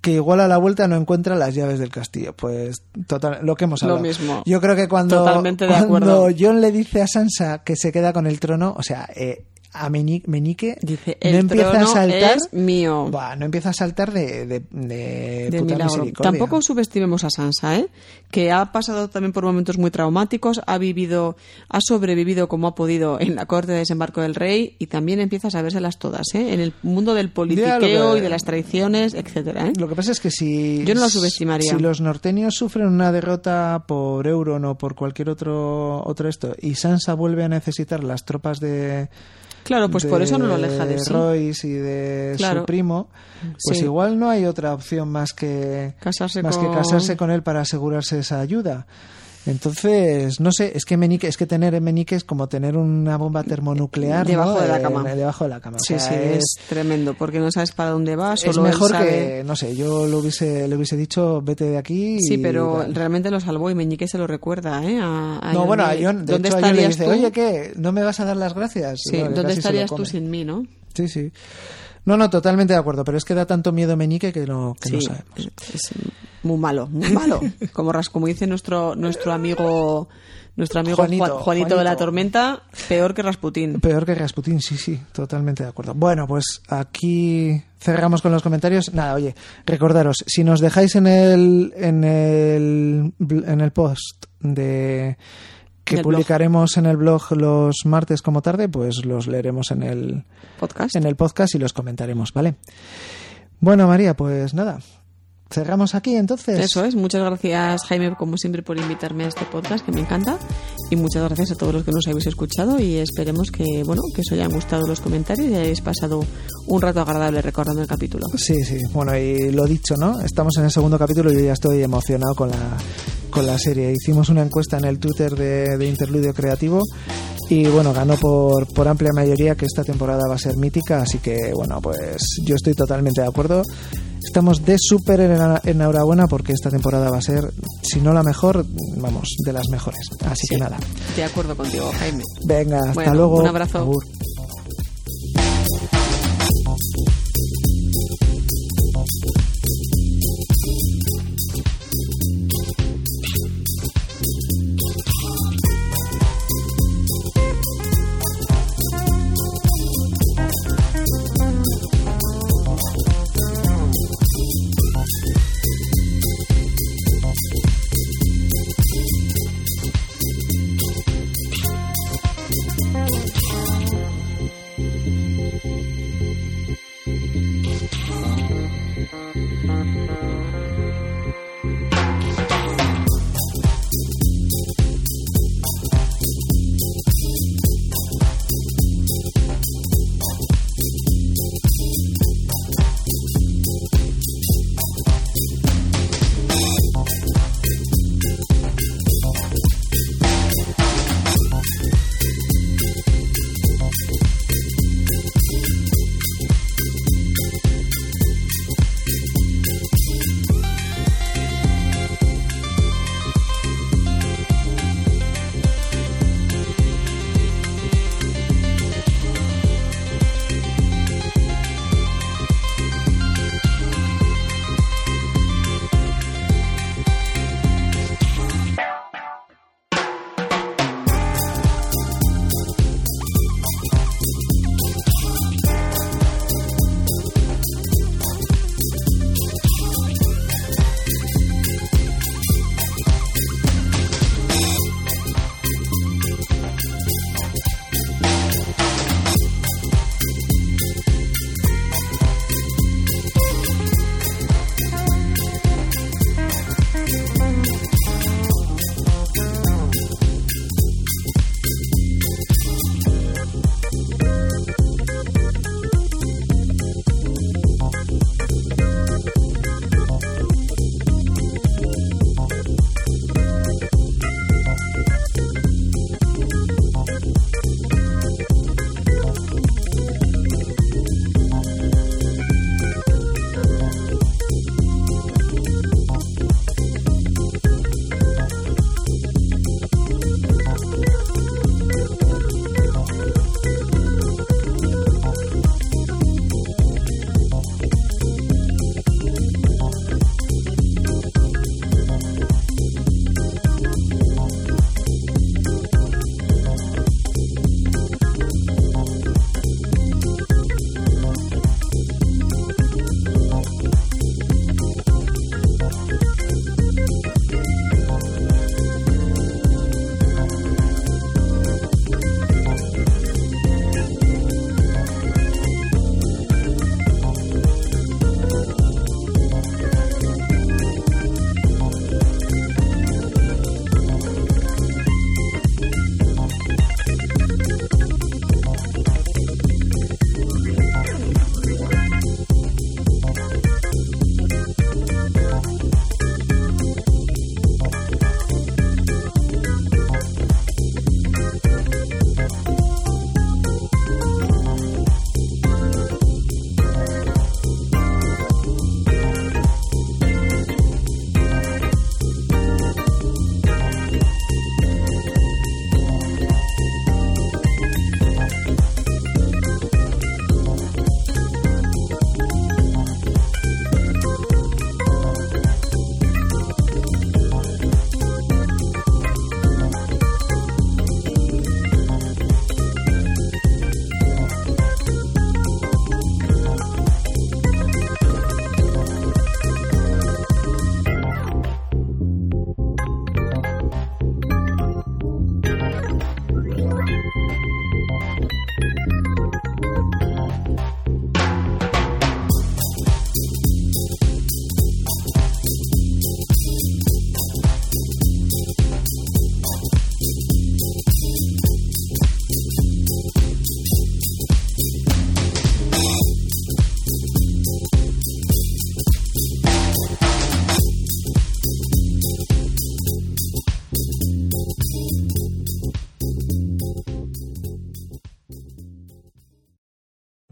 Speaker 2: que igual a la vuelta no encuentra las llaves del castillo. Pues total, lo que hemos
Speaker 3: Lo
Speaker 2: hablado.
Speaker 3: mismo.
Speaker 2: Yo creo que cuando,
Speaker 3: Totalmente de
Speaker 2: cuando
Speaker 3: acuerdo.
Speaker 2: John le dice a Sansa que se queda con el trono, o sea, eh, a Meñi- Meñique
Speaker 3: Dice,
Speaker 2: no
Speaker 3: "El
Speaker 2: empieza a
Speaker 3: trono
Speaker 2: saltar.
Speaker 3: es mío".
Speaker 2: Buah, no empieza a saltar de, de, de
Speaker 3: De
Speaker 2: puta
Speaker 3: milagro.
Speaker 2: misericordia.
Speaker 3: Tampoco subestimemos a Sansa, ¿eh? que ha pasado también por momentos muy traumáticos, ha vivido, ha sobrevivido como ha podido en la corte de desembarco del rey y también empieza a sabérselas todas, ¿eh? en el mundo del politiqueo
Speaker 2: que-
Speaker 3: y de las traiciones, etcétera. ¿eh?
Speaker 2: Lo que pasa es que si.
Speaker 3: Yo no lo subestimaría.
Speaker 2: Si los norteños sufren una derrota por Euron o por cualquier otro, otro esto, y Sansa vuelve a necesitar las tropas de.
Speaker 3: Claro, pues por
Speaker 2: de
Speaker 3: eso no lo aleja de sí.
Speaker 2: Royce y de su
Speaker 3: Claro.
Speaker 2: primo, pues
Speaker 3: Sí.
Speaker 2: igual no hay otra opción más que
Speaker 3: Casarse
Speaker 2: más que
Speaker 3: con-
Speaker 2: casarse con él para asegurarse esa ayuda. Entonces, no sé, es que menique, es que tener menique es como tener una bomba termonuclear
Speaker 3: Debajo
Speaker 2: ¿no?
Speaker 3: de la
Speaker 2: Eh,
Speaker 3: cama.
Speaker 2: debajo de la cama. O
Speaker 3: Sí,
Speaker 2: sea,
Speaker 3: sí, es, tremendo, porque no sabes para dónde vas.
Speaker 2: es
Speaker 3: solo él
Speaker 2: mejor
Speaker 3: sabe.
Speaker 2: que, no sé, yo lo hubiese, le hubiese dicho, vete de aquí. y
Speaker 3: Sí, pero
Speaker 2: tal.
Speaker 3: realmente lo salvó y Meñique se lo recuerda, ¿eh? A, a
Speaker 2: No,
Speaker 3: John
Speaker 2: bueno, a
Speaker 3: Dee.
Speaker 2: John, de
Speaker 3: ¿Dónde
Speaker 2: hecho, a John le
Speaker 3: estarías
Speaker 2: dice,
Speaker 3: tú?
Speaker 2: oye, ¿qué? ¿No me vas a dar las gracias?
Speaker 3: Sí,
Speaker 2: Vale,
Speaker 3: ¿dónde
Speaker 2: casi se lo
Speaker 3: estarías tú
Speaker 2: come.
Speaker 3: sin mí, no?
Speaker 2: Sí, sí. No, no, totalmente de acuerdo, pero es que da tanto miedo Meñique que no, que no
Speaker 3: Sí,
Speaker 2: sabemos.
Speaker 3: es muy malo, muy
Speaker 2: [LAUGHS]
Speaker 3: malo. Como, ras- como dice nuestro, nuestro amigo, nuestro amigo Juan-
Speaker 2: Juanito,
Speaker 3: Juanito, de la
Speaker 2: Juanito.
Speaker 3: Tormenta, peor que Rasputín.
Speaker 2: Peor que Rasputín, sí, sí, totalmente de acuerdo. Bueno, pues aquí cerramos con los comentarios. Nada, oye, recordaros, si nos dejáis en el en el, bl- en el post de que
Speaker 3: Del blog.
Speaker 2: publicaremos en el blog los martes como tarde, pues los leeremos en el
Speaker 3: Podcast.
Speaker 2: en el podcast y los comentaremos, ¿vale? Bueno, María, pues nada. Cerramos aquí entonces.
Speaker 3: Eso es. Muchas gracias, Jaime, como siempre, por invitarme a este podcast que me encanta. Y muchas gracias a todos los que nos habéis escuchado. Y esperemos que, bueno, que os hayan gustado los comentarios y hayáis pasado un rato agradable recordando el capítulo.
Speaker 2: Sí, sí. Bueno, y lo dicho, ¿no? Estamos en el segundo capítulo y yo ya estoy emocionado con la, con la serie. Hicimos una encuesta en el Twitter de, de Interludio Creativo y, bueno, ganó por, por amplia mayoría que esta temporada va a ser mítica, así que, bueno, pues yo estoy totalmente de acuerdo. Estamos de súper en- enhorabuena porque esta temporada va a ser, si no la mejor, vamos, de las mejores. Así que
Speaker 3: Sí.
Speaker 2: nada.
Speaker 3: De acuerdo contigo, Jaime.
Speaker 2: Venga, hasta
Speaker 3: Bueno,
Speaker 2: luego.
Speaker 3: un abrazo.
Speaker 2: Agur.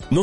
Speaker 4: ¿No